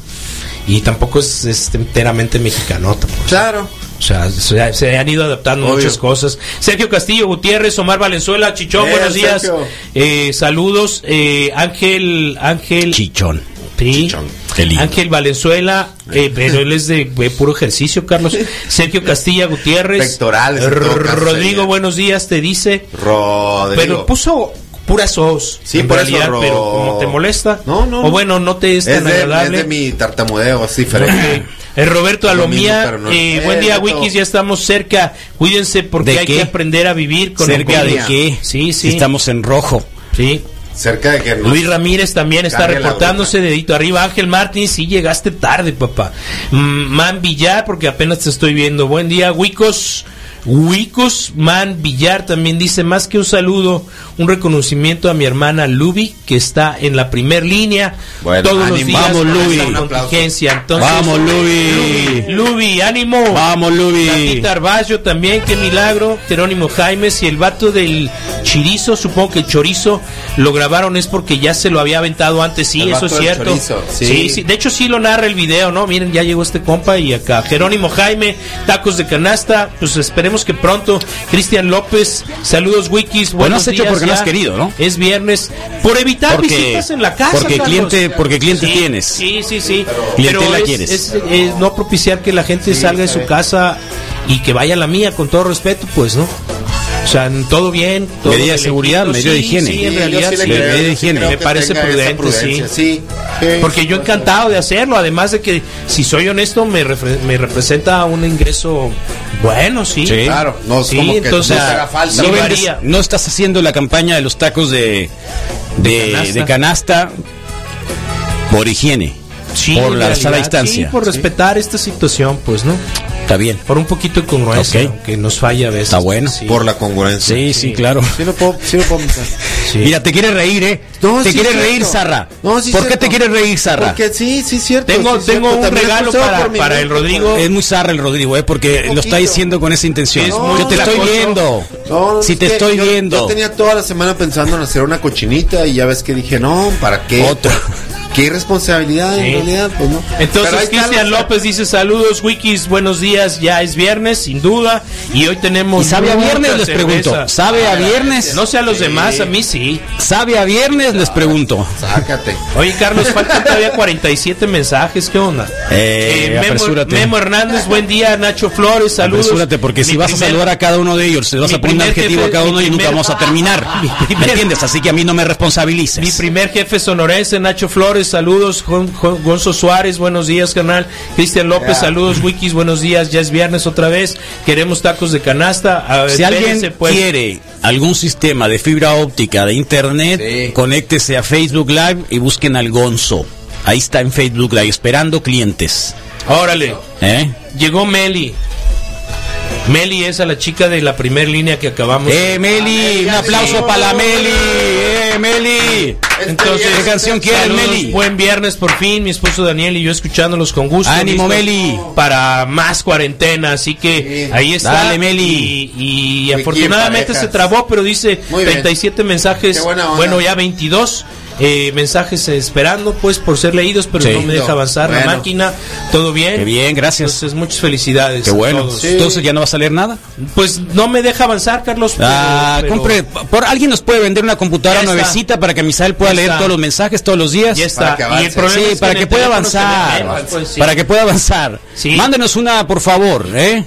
Y tampoco es, es enteramente mexicano. tampoco.
Claro.
O sea, se, se han ido adaptando
Obvio.
muchas cosas. Sergio Castillo Gutiérrez, Omar Valenzuela, Chichón,
Eh,
buenos días.
Sergio.
Eh, saludos. eh, Ángel, Ángel.
Chichón.
Sí.
Chichón. Qué lindo.
Ángel Valenzuela,
(laughs)
eh, pero él es de eh, puro ejercicio, Carlos. Sergio Castilla Gutiérrez.
Pectorales, en todo caso,
Rodrigo,
sería.
buenos días, te dice.
Rodrigo.
Pero puso pura sos.
Sí,
en
por eso,
realidad,
Ro-
pero como te molesta.
No, no,
O
no.
bueno, no te es
es,
tan
de, es
agradable.
de mi tartamudeo, es diferente. (clears throat)
Porque, eh, Roberto
Es lo mismo,
Alomía,
pero no-
eh,
Eh,
buen día,
Beto.
Wikis, ya estamos cerca. Cuídense porque
¿De
hay
qué?
que aprender a vivir con
¿Cerca de
economía.
qué?
Sí,
Si
sí.
Estamos en rojo.
Sí.
Cerca de que no.
Luis Ramírez también está
Cambia la
reportándose, dedito arriba. Ángel Martín, sí llegaste tarde, papá. Mm, Man Villar, porque apenas te estoy viendo. Buen día, Wicos. Wicos Man Villar también dice, más que un saludo, un reconocimiento a mi hermana Lubi, que está en la primer línea
Bueno,
todos los
ánimo.
días
Vamos,
con
Lubi.
esta
Un
aplauso.
contingencia. Entonces,
Vamos, Lubi.
Lubi, Lubi, ánimo.
Vamos, Lubi.
Lupita Arballo también, qué milagro. Jerónimo Jaimes y el vato del chirizo, supongo que el chorizo lo grabaron es porque ya se lo había aventado antes, sí,
El
eso
vato
es
del
cierto.
chorizo,
sí.
sí.
sí, de hecho sí lo narra el video, ¿no? Miren, ya llegó este compa y acá. Jerónimo Jaime, tacos de canasta, pues esperemos que pronto. Cristian López, saludos Wikis,
Pues no
buenos
has hecho
días,
porque no
ya.
has querido, ¿no?
Es viernes, por evitar
Porque,
visitas en la casa.
porque
Carlos.
cliente, porque cliente
Sí,
tienes.
Sí, sí, sí.
Clientela
Pero es-
quieres.
es- es no propiciar que la gente salga de su casa y que vaya a la mía, con todo respeto, pues, ¿no? O sea, n- todo bien. todo
Medida de seguridad,
elegante,
medida de higiene.
Sí,
Sí,
en
yo
realidad,
sí le
sí.
creo,
medida de
sí
higiene.
creo
Me
que
parece
tenga esa
prudente,
prudencia,
sí.
sí. Sí.
Porque yo encantado de hacerlo, además de que, si soy honesto, me, refre- me representa un ingreso bueno, sí.
Sí.
Claro, no es
Sí,
como que
entonces,
no te haga falta.
sí
no,
pues.
vendes-
varía.
no estás haciendo la campaña de los tacos de, de,
De canasta.
de canasta por higiene,
Sí,
por
en
la
realidad,
sana distancia.
Sí, por respetar esta situación, pues, ¿no?
Está bien.
Por un poquito de congruencia,
Ok.
aunque nos falla a veces.
Está bueno.
Sí.
Por la congruencia.
Sí, sí, claro.
Sí lo puedo, sí lo puedo pensar.
Sí.
Mira, te quieres reír, ¿eh?
No,
te
sí
quieres
es cierto.
reír, Sarra.
No, sí es
¿Por qué
cierto.
te quieres reír, Sarra?
Porque sí, sí es cierto.
Tengo-
sí es cierto.
tengo un
También
regalo
acusado
para-
por mi
para el
mente,
Rodrigo.
pues.
Es muy zarra el Rodrigo, ¿eh? porque
Un
lo está
poquito.
diciendo con esa intención.
Es
muy
yo te estoy
tramposo.
viendo.
No, no,
si
es
te
que
estoy
yo-
viendo.
Yo tenía toda la semana pensando en hacer una cochinita y ya ves que dije, no, ¿para qué?
Otra.
Qué irresponsabilidad
Sí.
en realidad, pues no. Pero ahí
Entonces,
está
Cristian
la-
López dice saludos, Wikis, buenos días, ya es viernes, sin duda, y hoy
¿Y
tenemos...
sabe a
mucha
viernes? Les
cerveza.
pregunto. ¿Sabe a viernes?
No sé a los demás, a mí sí.
¿Sabe a viernes? Les pregunto.
Sácate.
Oye, Carlos,
(laughs)
faltan todavía 47 mensajes, ¿qué onda?
Eh,
Memo,
apresúrate.
Memo Hernández, buen día, Nacho Flores, saludos.
Apresúrate, porque si
Mi
vas
primer-
a saludar a cada uno de ellos, le vas
mi
a poner un
primer
adjetivo
jefe-
a cada uno
mi
y nunca
primer-
vamos a terminar.
Mi
¿Me
primer-
entiendes? Así que a mí no me responsabilices.
Mi primer jefe sonorense, Nacho Flores, saludos. Jon- Jon- Gonzo Suárez, buenos días, canal. Cristian López, saludos. Wikis, buenos días. Ya es viernes otra vez. Queremos tacos de canasta. A ver,
si
espérense,
alguien
pues.
quiere algún sistema de fibra óptica, de internet, conéctese a Facebook Live y busquen al Gonzo. Ahí está en Facebook Live, esperando clientes.
Órale.
¿Eh?
Llegó Meli. Meli es a la chica de la primera línea que acabamos.
Eh,
Ah,
Meli, un aplauso para la Meli. Eh, Meli.
Entonces,
¿qué canción quieres,
saludos,
Meli?
Buen viernes por fin, mi esposo Daniel y yo escuchándolos con gusto.
Ánimo,
listos
Meli.
Para más cuarentena, así que ahí está.
Dale, Meli.
Y, y
Muy
afortunadamente
bien,
se
parejas.
trabó, pero dice
Muy bien.
37 mensajes.
Qué buena onda.
Bueno, ya 22. eh, mensajes esperando pues por ser leídos pero
Sí.
no me deja avanzar la
Bueno.
máquina todo bien
Qué bien, gracias.
entonces muchas felicidades
Qué
a
bueno.
todos.
Entonces ya no va a salir nada.
pues no me deja avanzar Carlos pero-
Ah,
pero-
compre, por alguien nos puede vender una computadora
Ya está.
nuevecita para que Misael pueda
Ya
leer
está.
todos los mensajes todos los días.
Ya
Para
está.
que
y el
avance.
problema
Sí,
es que
para
en
que
el
pueda
teléfono se
avanzar.
me- pues, sí.
Para que pueda avanzar.
Sí.
Mándenos una, por favor, ¿eh?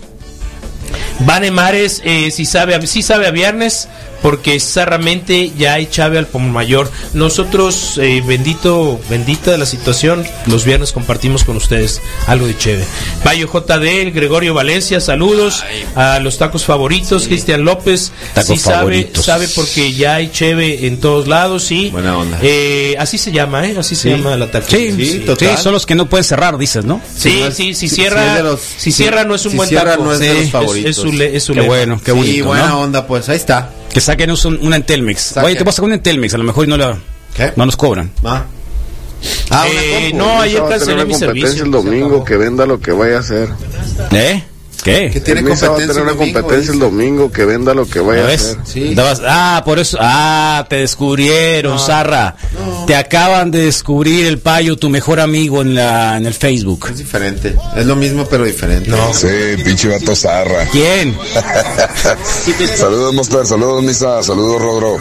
Vane Mares, eh, si sabe, a- sí sabe a viernes, porque zarramente ya hay chave al mayor. Nosotros, eh, bendito, bendita la situación, los viernes compartimos con ustedes algo de cheve. Bayo JD, el Gregorio Valencia, saludos a los tacos favoritos, Cristian López,
Tacos
sí sabe,
favoritos.
sabe porque ya hay cheve en todos lados, sí.
Buena onda.
Eh, así se llama, ¿eh? Así se llama la taquería.
Sí, total.
son los que no pueden cerrar, dices, ¿no?
Sí,
no es-
sí, si
si-
cierra,
si es de los- si-
si cierra no es un
si
buen
cierra
taco.
no es de
Sí.
los
es- Es,
favoritos.
su, le- es su
Qué
lema.
bueno, qué
Sí,
bonito,
buena
¿no?
onda, pues ahí está.
Que saquen un- una en Telmex.
Saquen.
Oye, te voy a sacar una en Telmex, a lo mejor y no la
¿Qué?
no nos cobran.
Ah, Ah, una
Eh,
compu.
no, ayer
Va a
cancelé
tener
mi
una competencia
servicio.
el domingo, que venda lo que vaya a hacer.
¿Eh?
Que
¿Qué?
tiene
El Misa va a
competencia.
tener
el
una
domingo,
competencia el
dice.
domingo, que venda lo que
¿Ya
vaya a
ves?
hacer.
Sí.
Dabas- Ah, por eso. Ah, te descubrieron, Sarra. Te acaban de descubrir el payo, tu mejor amigo en la en el Facebook.
Es diferente. Es lo mismo, pero diferente. No.
Sí, pinche vato zarra.
¿Quién?
Saludos, Monster. Saludos, Misa. Saludos, Rodro.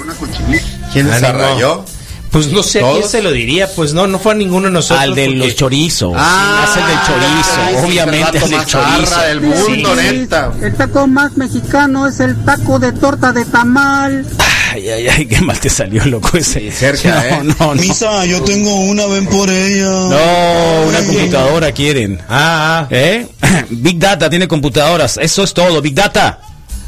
¿Quién se
Ánimo.
rayó?
Pues no sé a quién
¿Todos?
se lo diría, pues no, no fue a ninguno de nosotros.
Al de los
porque-
chorizos.
Ah,
es el del chorizo.
sí,
Obviamente
el
es
vato
el
más zarra
chorizo.
del mundo,
Sí.
neta.
El taco más mexicano es el taco de torta de tamal.
Ay, ay, ay, qué mal te salió, loco ese.
cerca,
no,
¿eh?
no, no.
yo tengo una, ven por ella.
No, una computadora quieren.
Ah, ah.
¿Eh? (clears throat) Big Data tiene computadoras. Eso es todo. Big Data.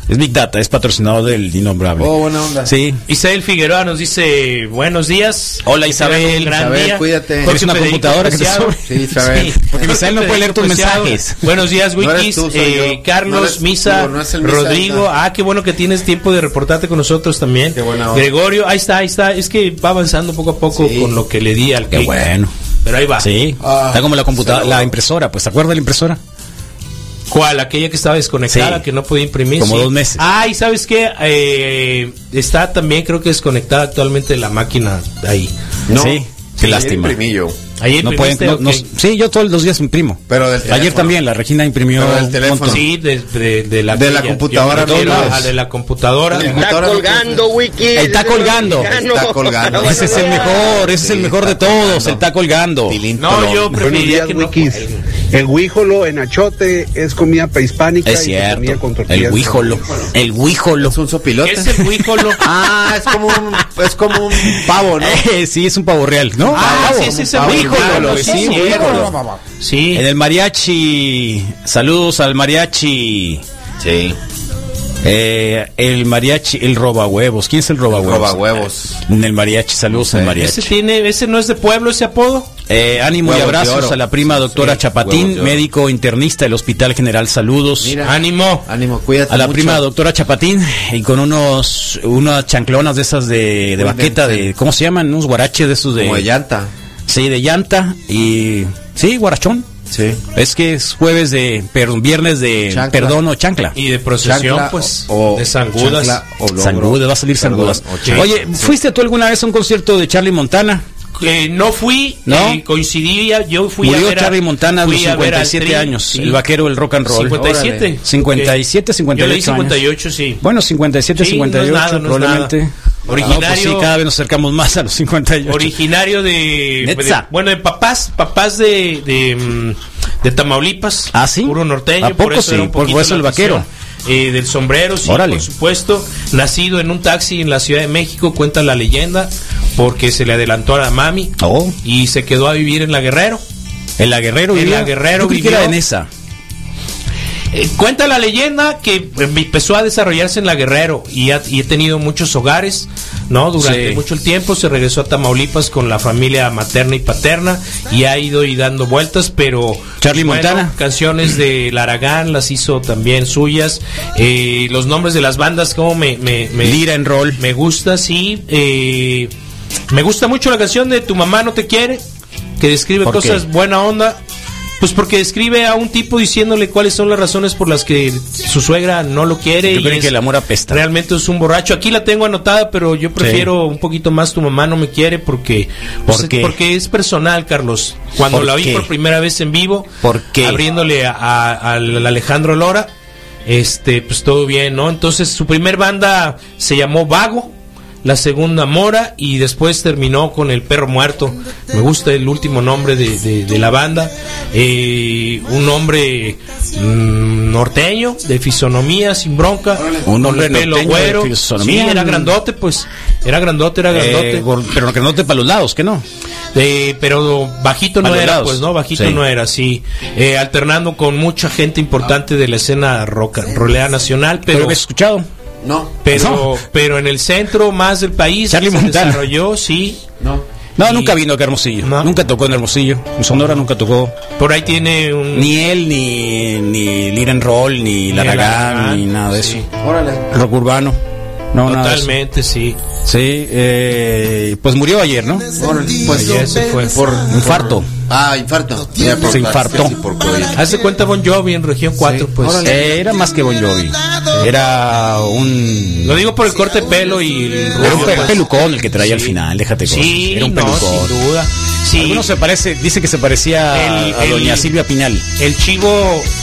Es Big Data. Es patrocinado del innombrable.
Oh, buena onda.
Sí.
Isabel Figueroa nos dice buenos días.
Hola,
Que tengan
Oh, Isabel. pues,
un gran
Isabel,
día.
cuídate.
Jorge
¿Tienes una
Federico
computadora que te
Preciado.
sobre?
Sí, Isabel.
Porque Misael no
Jorge
puede leer tus
Federico Preciado.
mensajes.
Buenos días,
No eres
Wikis.
tú, soy
eh,
yo.
Carlos,
No eres-
Misa,
digo, no es el Misa,
Rodrigo.
ahí está.
ah, qué bueno que tienes tiempo de reportarte con nosotros también.
Qué buena onda.
Gregorio, ahí está, ahí está. Es que va avanzando poco a poco
Sí.
con lo que le di al
Qué
clic.
bueno.
Pero ahí va.
Sí.
Ah,
Está como la computadora,
saludo.
la impresora. Pues, ¿se acuerda de la impresora?
¿Cuál? Aquella que estaba desconectada,
Sí.
que no podía imprimir.
Como dos meses.
Ah, y sabes qué? Eh, está también, creo que desconectada actualmente la máquina ahí.
No.
Sí. este, Qué
Ayer
lástima.
imprimí yo.
Ahí
No pueden,
imprimiste,
no-
ok.
no- sí, yo todos los días imprimo.
Pero del
Ayer
Este teléfono.
también la Regina imprimió.
Pero del
un
teléfono.
montón.
Sí, de, de- de la,
De la
aquella.
computadora,
Yo me refiero
no, no.
a de la computadora.
Está Computadora no colgando,
Wiki.
Está colgando.
Está colgando.
Ese es el mejor, ese es el
Sí,
mejor de
está
todos.
colgando.
El está colgando.
Tilín,
No,
tolón.
yo preferiría que no cuelgue.
El huíjolo en achote es comida prehispánica.
Es
y se comía con
cierto.
tortillas.
El huíjolo. El huíjolo.
Es un sopilote.
¿Qué es
(laughs)
el huíjolo?
Ah, es como un, es como un (laughs) pavo, ¿no?
Eh, sí, es un pavo real, ¿no?
Ah,
Pavo.
sí, sí, es el
Pavo,
huíjolo.
claro,
Sí,
sí, Eh,
sí,
huíjolo.
Sí.
En el mariachi, saludos al mariachi.
Sí.
Eh, el mariachi, el roba huevos. ¿Quién es el roba huevos?
Roba huevos.
En el mariachi, saludos al
Ese,
mariachi.
tiene, ese no es de pueblo, ese apodo.
Eh, ánimo y
Huevos de
abrazos
oro.
a la prima doctora
Sí, huevos de
Chapatín,
oro.
médico internista del Hospital General. Saludos.
Mira.
Ánimo.
Ánimo, cuídate.
A la
mucho.
prima doctora Chapatín y con unos unas chanclonas de esas de, de
Muy
baqueta,
bien,
de ¿cómo se llaman? Unos guaraches de esos de,
Como de llanta.
sí, de llanta y sí, guarachón.
Sí.
Es que es jueves de, perdón, viernes de
Chancla.
perdón o chancla.
Y de procesión,
Chancla
pues.
o-
de zangudas.
chancla o logro.
Sangudas, va a salir
Perdón,
sangudas.
o chancla.
Oye, ¿fuiste tú alguna vez a un concierto de Charlie Montana?
Eh, no fui,
¿No?
eh, coincidía, yo fui
Murió
a ver a-
Charlie Montana a los
fui a ver al
57
Tri,
años,
sí.
el vaquero del rock and roll.
57.
Órale. 57,
Yo leí
58 años.
58, sí.
Bueno, 57,
Sí, no es
58
nada, no es
probablemente. Ah,
nada. Originario-
No, pues sí, cada vez nos acercamos más a los 58.
Originario de,
Netza.
de- bueno, de papás, papás de de, mm, de Tamaulipas,
Ah, ¿sí?
puro norteño,
¿A poco sí?
era un
Por
poquito
eso el
la
vaquero.
afición, eh, del sombrero, sí,
Órale.
por supuesto, nacido en un taxi en la Ciudad de México, cuenta la leyenda, porque se le adelantó a la mami
Oh.
y se quedó a vivir en La Guerrero.
El aguerrero
El aguerrero
Yo creí que era
vivió.
en esa.
Eh, cuenta la leyenda que eh, empezó a desarrollarse en La Guerrero y ha, y he tenido muchos hogares ¿no? Durante
Sí.
mucho el tiempo se regresó a Tamaulipas con la familia materna y paterna y ha ido y dando vueltas, pero
Charlie Montana.
canciones de Laragán las hizo también suyas, eh, los nombres de las bandas como me, me, me-
Lira en rol.
me gusta, sí. eh, me gusta mucho la canción de Tu mamá no te quiere, que describe
¿Por
cosas
qué?
buena onda. Pues porque describe a un tipo diciéndole cuáles son las razones por las que su suegra no lo quiere.
Yo
y
creo
es-
que el amor apesta.
Realmente es un borracho. Aquí la tengo anotada, pero yo prefiero un poquito más tu mamá no me quiere porque
¿Por
pues,
qué?
porque es personal, Carlos. Cuando
¿Por
la vi
qué?
por primera vez en vivo,
¿Por qué?
abriéndole a- a- al Alejandro Lora, este, pues todo bien, ¿no? Entonces su primer banda se llamó Vago. La segunda Mora y después terminó con El Perro Muerto. Me gusta el último nombre de, de- de la banda. Eh, un hombre mm, norteño, de fisonomía, sin bronca.
Un
Con
hombre
el pelo
norteño
güero.
de fisonomía.
Sí, era grandote, pues. Era grandote, era grandote.
Eh, gor- pero que no te para los lados, que no.
Eh, pero bajito no era,
Valorados.
pues, ¿no? Bajito
Sí.
no era, sí. Eh, alternando con mucha gente importante de la escena rock and rollera nacional,
Pero,
pero...
he escuchado.
No,
Pero,
No.
pero en el centro más del país
Charlie
se
Montana.
desarrolló, sí.
no.
No,
Y-
nunca vino acá a Hermosillo.
No.
Nunca tocó en Hermosillo. En Sonora nunca tocó.
Por ahí tiene un...
Ni él, ni, ni Lira en Roll, ni La Laragán, ni nada de
sí.
eso.
Órale.
Rock urbano. No, nada de eso.
Totalmente, sí.
Sí, eh, pues murió ayer, ¿no?
Órale. Pues
Ayer se fue.
por.
Infarto.
Ah, infarto. Mira, por
Se infartó.
sí, por COVID.
Hace cuenta Bon Jovi en Región 4, pues.
Eh, era más que Bon Jovi. Era un.
Lo digo por el corte de pelo y... el
Era un
rubio,
pe-
pues.
pelucón el que traía al final, déjate cosas.
Sí,
Era un
no,
pelucón.
sin duda. Sí.
Algunos se parece, dice que se parecía a-
El-
a doña
el-
Silvia Pinal.
el chivo,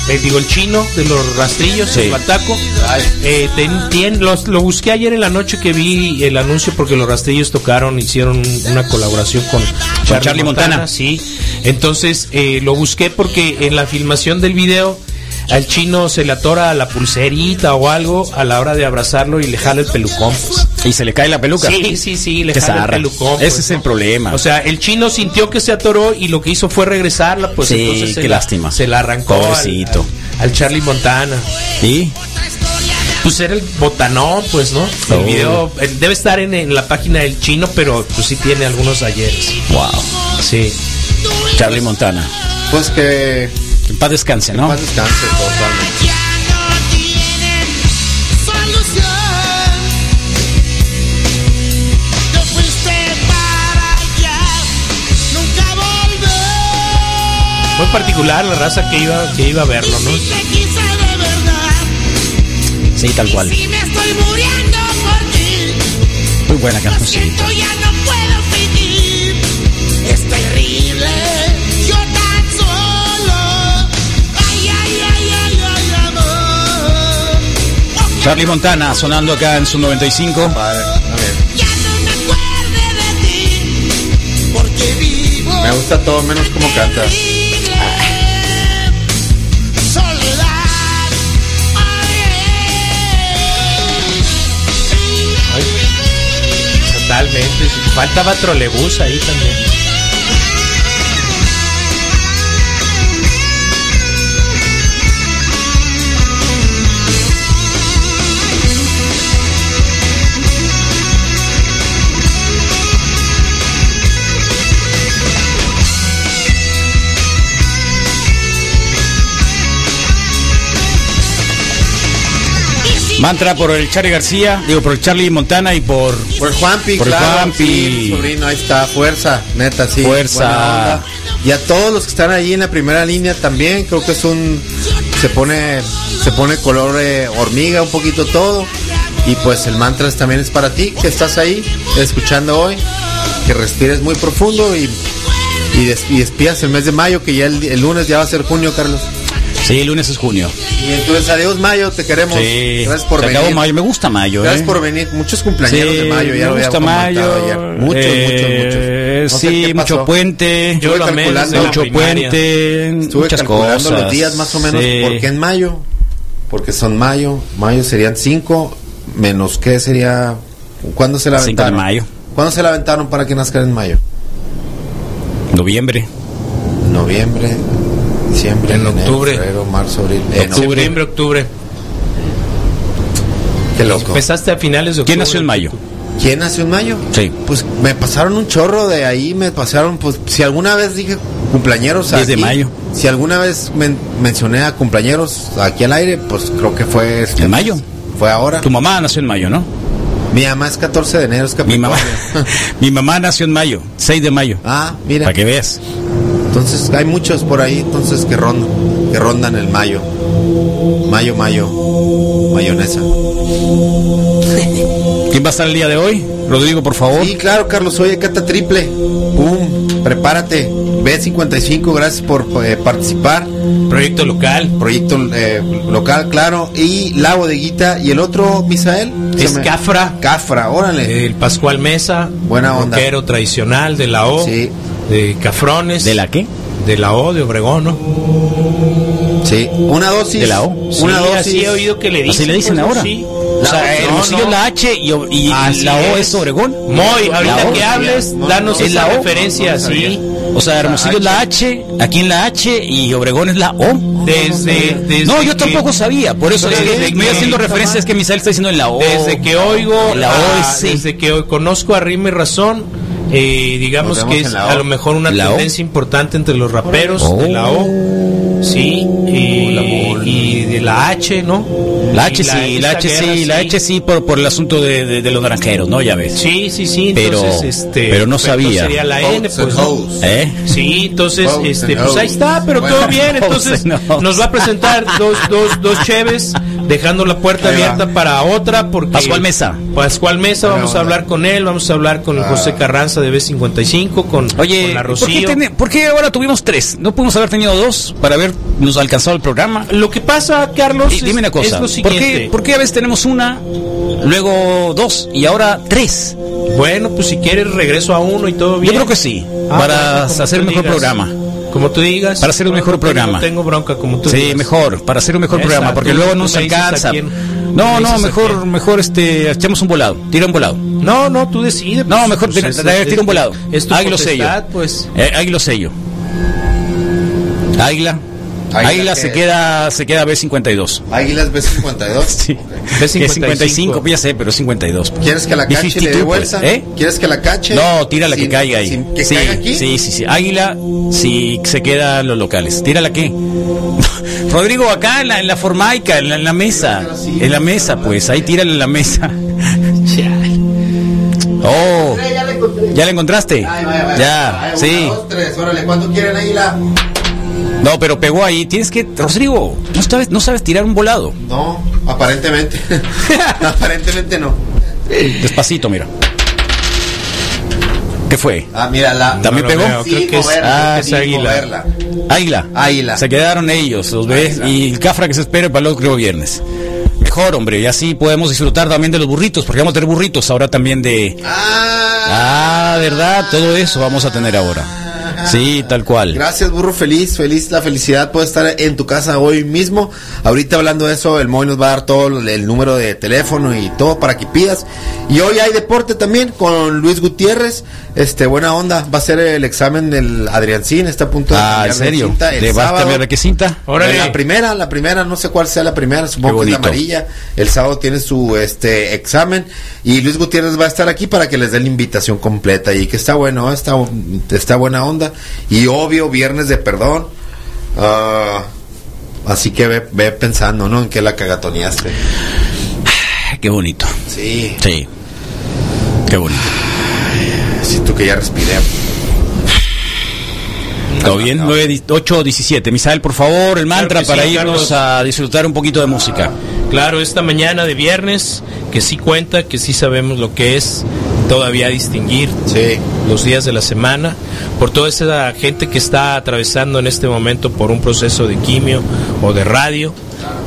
eh, digo el chino de los rastrillos,
Sí.
el bataco. Eh, ten- tien- los- lo busqué ayer en la noche que vi el anuncio porque los rastrillos tocaron, hicieron una colaboración con Charlie,
Charlie
Montana.
Montana.
Sí, entonces eh, lo busqué porque en la filmación del video al chino se le atora la pulserita o algo a la hora de abrazarlo y le jala el pelucón. pues.
Y se le cae la peluca.
Sí, sí, sí, le
Qué
jala el
zarra.
pelucón. pues,
Ese es
¿no?
el problema.
O sea, el chino sintió que se atoró y lo que hizo fue regresarla, pues
Sí,
entonces se
qué
la-
lástima.
Se la arrancó al,
Pobrecito.
al- al Charlie Montana.
¿Y?
Pues era el botanón, pues, ¿no? El
Oh.
video eh, debe estar en, en la página del chino, pero pues sí tiene algunos ayeres.
Wow.
Sí.
Charlie Montana.
Pues que.
Que en paz descanse, ¿no?
Más descanse, totalmente.
Muy particular la raza que iba, que iba a verlo, ¿no?
Sí, tal cual. Muy buena canción. Charlie Montana sonando acá en su 95.
Padre, a ver. Me gusta todo menos cómo canta.
Totalmente. sí. Faltaba trolebús ahí también.
Mantra por el Charlie García, digo por el Charlie Montana y por
Por Juanpi,
Por
claro.
Juanpi.
sí, sobrino, ahí está. Fuerza, neta, sí.
Fuerza.
buena onda. Y a todos los que están ahí en la primera línea también, creo que es un. Se pone, se pone color eh, hormiga un poquito todo. Y pues el mantra es- también es para ti, que estás ahí, escuchando hoy. Que respires muy profundo y, y, des- y despías el mes de mayo, que ya el, el lunes ya va a ser junio, Carlos.
Sí, el lunes es junio.
Y entonces, adiós, mayo, te queremos.
Sí.
Gracias por
Se
venir.
acabó mayo, me gusta mayo.
Gracias
eh.
por venir. Muchos cumpleaños
Sí,
de mayo, ya
me
lo había
gusta
comentado
mayo.
ayer. Muchos,
Eh,
muchos, muchos. No sé
sí,
qué
mucho
pasó.
puente.
Yo
Estuve
lo amé desde
calculando,
la
mucho
primaria.
puente.
Estuve
muchas
calculando
cosas.
los días más o menos.
Sí.
¿Por qué en mayo? Porque son mayo. Mayo serían 5 menos qué sería. ¿Cuándo se la
Cinco de
aventaron?
mayo.
¿Cuándo se la aventaron para que nazcan en mayo?
Noviembre.
Noviembre, diciembre,
En
enero,
octubre.
febrero, marzo, abril. Eh, no,
Octubre.
Septiembre, octubre.
qué loco.
Empezaste a finales de octubre.
¿Quién nació en mayo?
¿Quién nació en mayo?
Sí.
Pues me pasaron un chorro de ahí, me pasaron, pues si alguna vez dije cumpleañeros
10 de
aquí,
mayo.
Si alguna vez men- mencioné a cumpleañeros aquí al aire, pues creo que fue... este
¿En mayo?
mes. Fue ahora.
Tu mamá nació en mayo, ¿no?
Mi mamá es 14 de enero, es
Mi
(laughs) Capricornio.
mamá, (laughs) mi mamá nació en mayo, 6 de mayo.
ah, mira.
Para que veas.
Entonces hay muchos por ahí, entonces que rondan, que rondan el mayo. Mayo, mayo, mayonesa.
Oh. ¿Quién va a estar el día de hoy? Rodrigo, por favor.
Sí, claro, Carlos, oye, cata triple. Pum, prepárate. B55, gracias por eh, participar.
Proyecto local.
Proyecto eh, local, claro. Y la bodeguita. ¿Y el otro, Misael?
Es
Se me-
Cafra.
Cafra,
Eh.
órale.
El Pascual Mesa.
Buena onda.
Rockero tradicional de la O.
Sí.
De Cafrones.
¿De la qué?
de la O, de Obregón, ¿no?
Sí, una dosis.
¿De la O?
Una
Sí,
dosis.
así he oído que le dicen.
Así le dicen
pues,
ahora.
sí.
O sea,
No,
Hermosillo
no.
es la H y, y- y
Así
la O
E es.
es Obregón.
Moy, ahorita
La O.
que hables,
no,
danos
no,
es
esa
la O.
referencia,
No, no sabía.
sí.
O sea, Hermosillo es la H, aquí en la H y Obregón es la O.
Desde, desde
No, yo
que-
tampoco sabía, por eso es
Desde
que
que-
me estoy haciendo
Toma.
referencia, es que Misael está diciendo en la O.
Desde que oigo,
La O
a-
es sí.
desde que hoy conozco a Rima y Razón, eh,
Nos
digamos
vemos
que es
en la O.
a lo mejor una
¿La O?
tendencia importante entre los raperos
Oh.
de la O, sí, eh, y de la H, ¿no?
La H
Y
sí, la
esta
H
guerra,
sí, la H sí por, por el asunto de, de- de los naranjeros, ¿no? Ya ves.
Sí, sí, sí,
Pero-
entonces, este,
pero no
pues,
sabía.
entonces sería la N,
Boats
pues,
and
¿no?
hoes.
¿Eh?
Sí, entonces,
Boats
este,
and
pues ahí
hoes.
está, pero
Bueno,
todo bien.
boats
Entonces,
and hoes.
nos va a presentar dos, dos, dos cheves, dejando la puerta
Ahí va.
abierta para otra, porque.
Pascual Mesa.
Pascual Mesa,
Ahí va, ahí
vamos a
va. Ah.
hablar con él, vamos a hablar con el José Carranza de B55, con, con
Oye,
la
¿por qué,
Rocío.
tiene- por qué ahora tuvimos tres? ¿No pudimos haber tenido dos para habernos alcanzado el programa?
Lo que pasa, Carlos,
Di-
es,
dime una
es
cosa,
lo
¿por,
siguiente.
qué, por qué a veces tenemos una, luego dos y ahora tres?
Bueno, pues si quieres, regreso a uno y todo bien.
Yo creo que sí, para
Ah, bueno, como
hacer un
tú
mejor
digas.
programa.
Como tú digas.
Para hacer un
No,
mejor
no tengo-
programa.
No tengo bronca, como tú
Sí,
digas.
mejor, para hacer un mejor
Exacto,
programa, porque luego
tú
no
me
se
dices a
alcanza.
quién,
No, no,
me dices a
mejor,
quién.
mejor este, echemos un volado, tira un volado.
No, no, tú decides.
No,
pues,
mejor
pues,
te-
es-
te- tira
es-
un volado.
Es tu
Águila o sello.
potestad, pues.
Eh, águila o sello. Águila. Águila,
Águila
se
que-
queda, se queda B52.
Águilas B52.
Sí.
B55.
Que 55, ya sé, pero 52. pues.
¿Quieres que la cache le dé
Vicisitud,
vuelta?
pues, ¿eh?
¿Quieres que la cache?
No, tira la que
Sin-
caiga ahí.
sin- ¿Que
sí,
caiga aquí?
sí, sí, sí. Águila, si se queda los locales. Tírala aquí. (laughs) Rodrigo, acá en la, en la formaica, en la, en la mesa. En la mesa, pues. Ahí tírala en la mesa. (laughs) Oh,
Ya la encontré.
¿ya la encontraste? Ya, sí.
tres, órale, ¿cuánto quieren águila?
No, pero pegó ahí. Tienes que. Rodrigo, no sabes, no sabes tirar un volado.
No, aparentemente. (laughs) aparentemente no.
Despacito, mira. ¿Qué fue?
Ah, mira, la.
¿También
No lo
pegó?
veo, creo que es-
ah,
creo que
es
sí,
águila.
moverla.
Águila.
Águila.
Se quedaron ellos, los ves.
Águila.
Y el Cafra que se espere para el otro viernes. Mejor, hombre, y así podemos disfrutar también de los burritos, porque vamos a tener burritos ahora también de.
Ah,
Ah, ¿verdad? Todo eso vamos a tener ahora. Sí, tal cual.
Gracias, burro feliz, feliz la felicidad puede estar en tu casa hoy mismo. Ahorita hablando de eso, el Moy nos va a dar todo el, el número de teléfono y todo para que pidas. Y hoy hay deporte también con Luis Gutiérrez. Este, buena onda, va a ser el examen del Adriancín, está a punto de
Ah,
cambiar
¿en
de
serio?
cinta el
¿Le vas a
sábado.
cambiar de qué cinta?
Órale.
La primera, la primera, no sé cuál sea la primera, supongo
Qué
que es la
bonito.
amarilla. El sábado tiene su este examen y Luis Gutiérrez va a estar aquí para que les dé la invitación completa y que está bueno, ¿eh? está, está buena onda. Y obvio, viernes de perdón. Ah, así que ve, ve pensando, ¿no? En qué la cagatoneaste.
Ay, Qué bonito.
Sí,
Sí. Qué bonito.
siento que ya respiré.
¿Todo bien? 9, 8, 17. Misael, por favor, el mantra
que sí,
para irnos
Carlos. Ah.
a disfrutar un poquito de música.
Claro, esta mañana de viernes, que sí cuenta, que sí sabemos lo que es todavía distinguir
Sí.
los días de la semana, por toda esa gente que está atravesando en este momento por un proceso de quimio o de radio,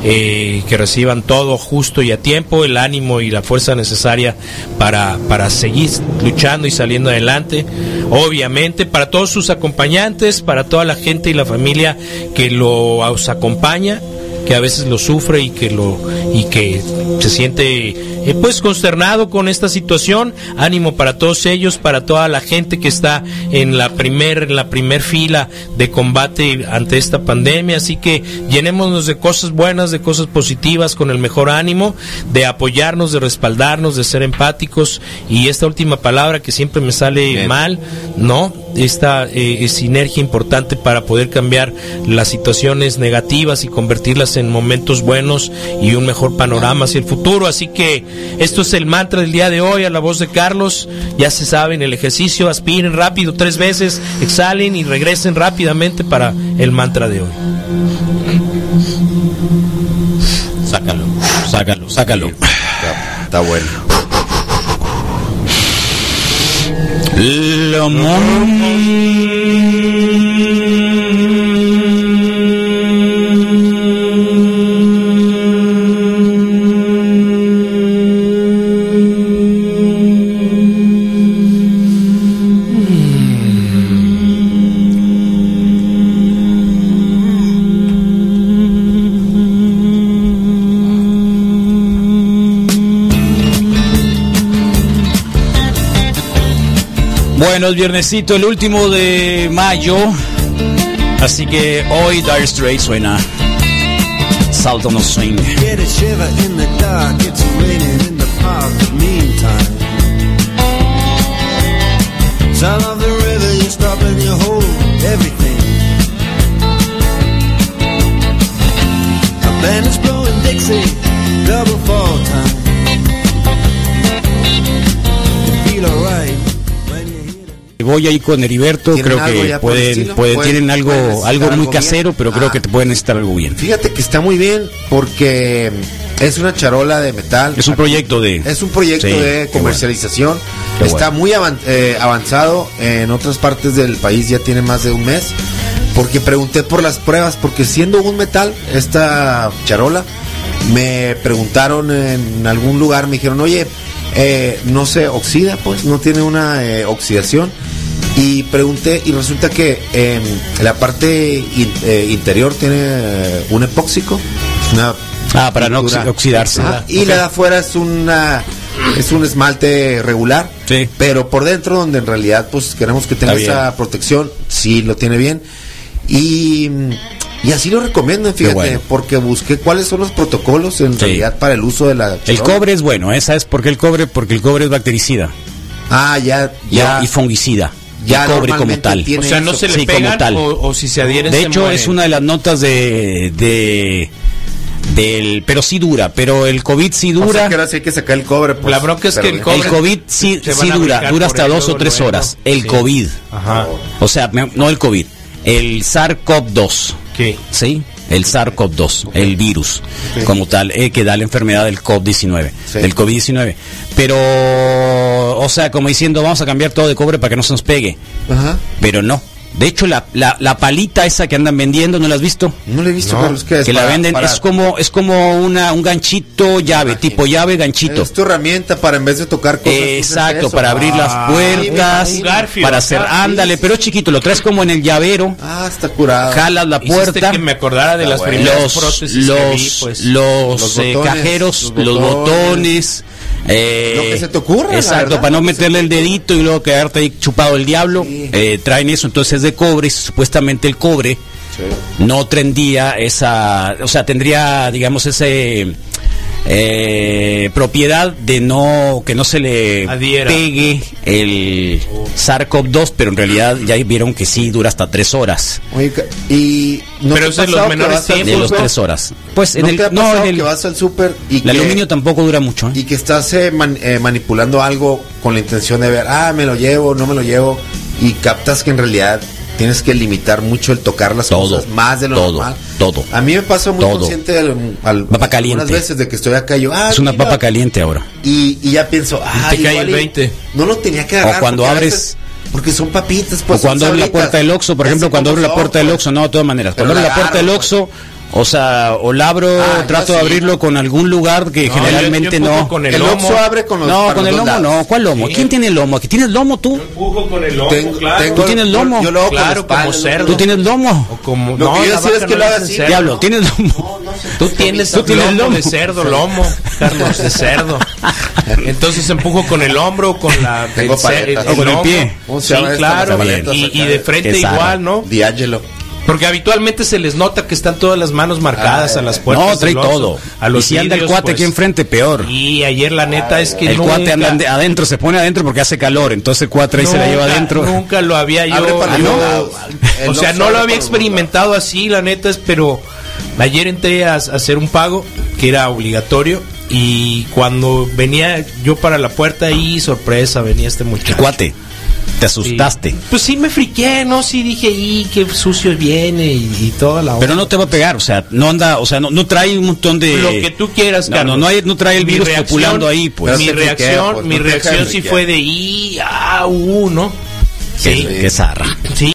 eh, que reciban todo justo y a tiempo, el ánimo y la fuerza necesaria para, para seguir luchando y saliendo adelante. Obviamente, para todos sus acompañantes, para toda la gente y la familia que los acompaña que a veces lo sufre y que lo y que se siente eh, pues consternado con esta situación. Ánimo para todos ellos, para toda la gente que está en la primer, en la primer fila de combate ante esta pandemia. Así que llenémonos de cosas buenas, de cosas positivas, con el mejor ánimo, de apoyarnos, de respaldarnos, de ser empáticos. Y esta última palabra que siempre me sale mal, ¿no? Esta eh, sinergia importante para poder cambiar las situaciones negativas y convertirlas en momentos buenos y un mejor panorama hacia el futuro. Así que esto es el mantra del día de hoy a la voz de Carlos. Ya se saben, el ejercicio, aspiren rápido tres veces, exhalen y regresen rápidamente para el mantra de hoy.
Sácalo, sácalo, sácalo.
Está, está bueno.
Bueno, es viernesito, el último de mayo. Así que hoy Dire Straits suena. Salto no swing.
Get a shiver in the dark, it's raining in the park, but meantime. Sound of the river, you stop and you hold everything. A band is blowing Dixie, double fall time. You feel alright when you hear the
Voy ahí con Heriberto,
¿Tienen
creo
algo
que
ya por el
pueden,
estilo?
pueden-
¿Pueden-
tienen algo,
pueden necesitar
algo muy
algo bien?
casero, pero creo
Ah.
que te pueden estar algo bien.
Fíjate que está muy bien porque es una charola de metal.
Es un proyecto de.
Ah, Es un proyecto
Sí,
de
qué
comercialización.
Qué
Está muy avan- eh, avanzado. En otras partes del país ya tiene más de un mes. Porque pregunté por las pruebas, porque siendo un metal, esta charola, me preguntaron en algún lugar, me dijeron, oye, eh, no se oxida, pues, no tiene una eh, oxidación. Y pregunté, y resulta que eh, la parte in- eh, interior tiene eh, un epóxico, una
Ah, para no
pintura.
oxi- oxidarse.
Ajá, y la de afuera es una es un esmalte regular.
Sí.
Pero por dentro, donde en realidad pues queremos que tenga
Está bien.
esa protección, sí lo tiene bien. Y, y así lo recomiendan, fíjate,
bueno.
porque busqué cuáles son los protocolos en
Sí.
realidad para el uso de la
El
charola.
cobre es bueno, ¿eh? ¿sabes por qué el cobre? Porque el cobre es bactericida
Ah, ya, ya.
y fungicida.
ya
el cobre como
normalmente
tal.
tiene
O sea, no
eso.
se le
Sí, como
pegan
tal.
o, o si se adhieren
De
se
hecho, es
mueren.
una de las notas de, de del, pero sí dura, pero el COVID sí
O sea,
dura.
que ahora sí hay que sacar el cobre. pues,
La bronca es
pero
que el
bien.
cobre-
el COVID sí,
se van
sí
a
dura, dura
brincar por
hasta
él,
dos o
luego,
tres
luego.
horas. El
Sí. Ah.
COVID.
Ajá.
O sea, me- no el COVID, el SARS-CoV-2.
¿Qué?
¿Sí? El SARS-CoV-2, el virus como tal, eh, que da la enfermedad del COVID-19.
Sí.
Del COVID-19. Pero, o sea, como diciendo, vamos a cambiar todo de cobre para que no se nos pegue.
Ajá.
Pero no. De hecho, la, la, la palita esa que andan vendiendo, ¿no la has visto?
No lo he visto, Carlos. ¿qué es?
que la
Para-
venden
para-
es como es como una un ganchito llave
Imagino.
tipo llave ganchito
Es tu herramienta para en vez de tocar cosas. tú
Eh,
haces
exacto
eso.
para abrir las
Ah,
puertas
un garfio,
para hacer
ah, sí,
ándale
sí,
pero es chiquito lo traes como en el llavero
Ah, está curado.
jalas la
Hiciste
puerta Ah,
que me acordara de
Está
las
bueno.
primeras
los
prótesis que vi,
los
pues.
los,
Los
eh,
botones,
cajeros
los
los botones
botones.
eh,
Lo que se te ocurra, la
exacto
verdad,
para no
lo que se te
meterle el dedito y luego quedarte ahí chupado el diablo
Sí.
eh, traen eso entonces es de cobre y supuestamente el cobre
Sí.
no tendría esa, o sea, tendría, digamos, ese eh, propiedad de no que no se le
Adhiera.
pegue el SARS-CoV-2, pero en realidad ya vieron que sí dura hasta tres horas.
Oye, ca- y no
Pero
te
eso
ha
es los
pasado
menores
que vas al
tiempos,
De los
súper?
tres horas. Pues en
¿No
el,
te ha
no,
pasado
en el,
que vas al súper y
el
que,
aluminio tampoco dura mucho. ¿eh?
y que estás eh, man- eh, manipulando algo con la intención de ver, ah, me lo llevo, no me lo llevo y captas que en realidad tienes que limitar mucho el tocar las
Todo,
cosas más de lo
todo,
normal.
todo.
A mí me pasa muy
Todo.
consciente al, al-
Papa caliente.
algunas veces de que estoy acá y yo, ah,
es una
mira,
papa caliente ahora.
y, y ya pienso, ah,
te cae
igual
el
y
20.
No lo tenía que
O
agarrar.
cuando
porque a
abres-
veces- porque son papitas, pues.
o cuando
son
abre la
sabritas.
puerta del Oxxo, por
Ya
ejemplo,
sé
cuando
cómo
abre la
son,
puerta del
pues.
Oxxo, no, de todas maneras,
Pero
cuando
la
abre la puerta del
agarro,
Oxxo, O sea, o labro,
Ah,
trato
yo
de
sí.
abrirlo con algún lugar que
No,
generalmente
yo- yo empujo
no.
con el El lomo. Oxxo abre con los-
No,
para
con
los
el lomo
dos lados.
no. ¿Cuál lomo?
Sí.
¿Quién tiene el lomo? ¿Aquí tienes lomo tú?
Empujo con el lomo,
Tengo-
claro.
tengo-
¿Tú tienes
yo-
lomo?
yo lo hago con la
Claro,
espalda,
como
¿no?
cerdo.
¿Tú tienes lomo?
O como,
Lo que yo
la
decía
vaca
es que
no
lo
es
haga
de
así.
cerdo.
Diablo, ¿tienes lomo?
Tú tienes,
Tú tienes
lomo,
lomo.
de cerdo, lomo, Carlos, de cerdo. Entonces empujo con el hombro, con la
Tengo
el cer-
paletas.
O con el
lomo.
pie.
¿Cómo se
Sí,
llama esta?
claro.
Las
paletas
Y, y
acá
de
de-
frente
de Sara.
igual, ¿no?
Diángelo.
Porque habitualmente se les nota que están todas las manos marcadas a las puertas.
Ah, No, trae
del Oxxo,
todo.
A
Y
los
si anda el
vidrios,
cuate
pues.
aquí enfrente, peor.
Y ayer la neta es que
El
nunca-
cuate anda ande- adentro, se pone adentro porque hace calor, entonces el cuate ahí se la lleva
nunca-
adentro.
Nunca lo había yo.
Abre para
Ah,
los
no.
dos lados.
O
El Oxxo
sea, no
abre
lo
para
había
los dos
experimentado así, la neta es, pero ayer entré a, a hacer un pago que era obligatorio y cuando venía yo para la puerta y sorpresa, venía este
El
muchacho.
cuate, te
Sí.
asustaste.
Pues sí me friqué, ¿no? Sí dije, y qué sucio viene y, y toda la
Pero no te va a pegar, o sea, no anda, o sea, no, no trae un montón de...
lo que tú quieras,
No,
Carlos.
no, no hay- no trae el
Mi
virus
reacción-
populando ahí, pues.
Mi
Pero te friquea,
reacción,
pues,
mi
no te deja
reacción sí
friquear.
fue de, y, ah, uh, ¿no?
Que,
Sí,
que zarra.
sí.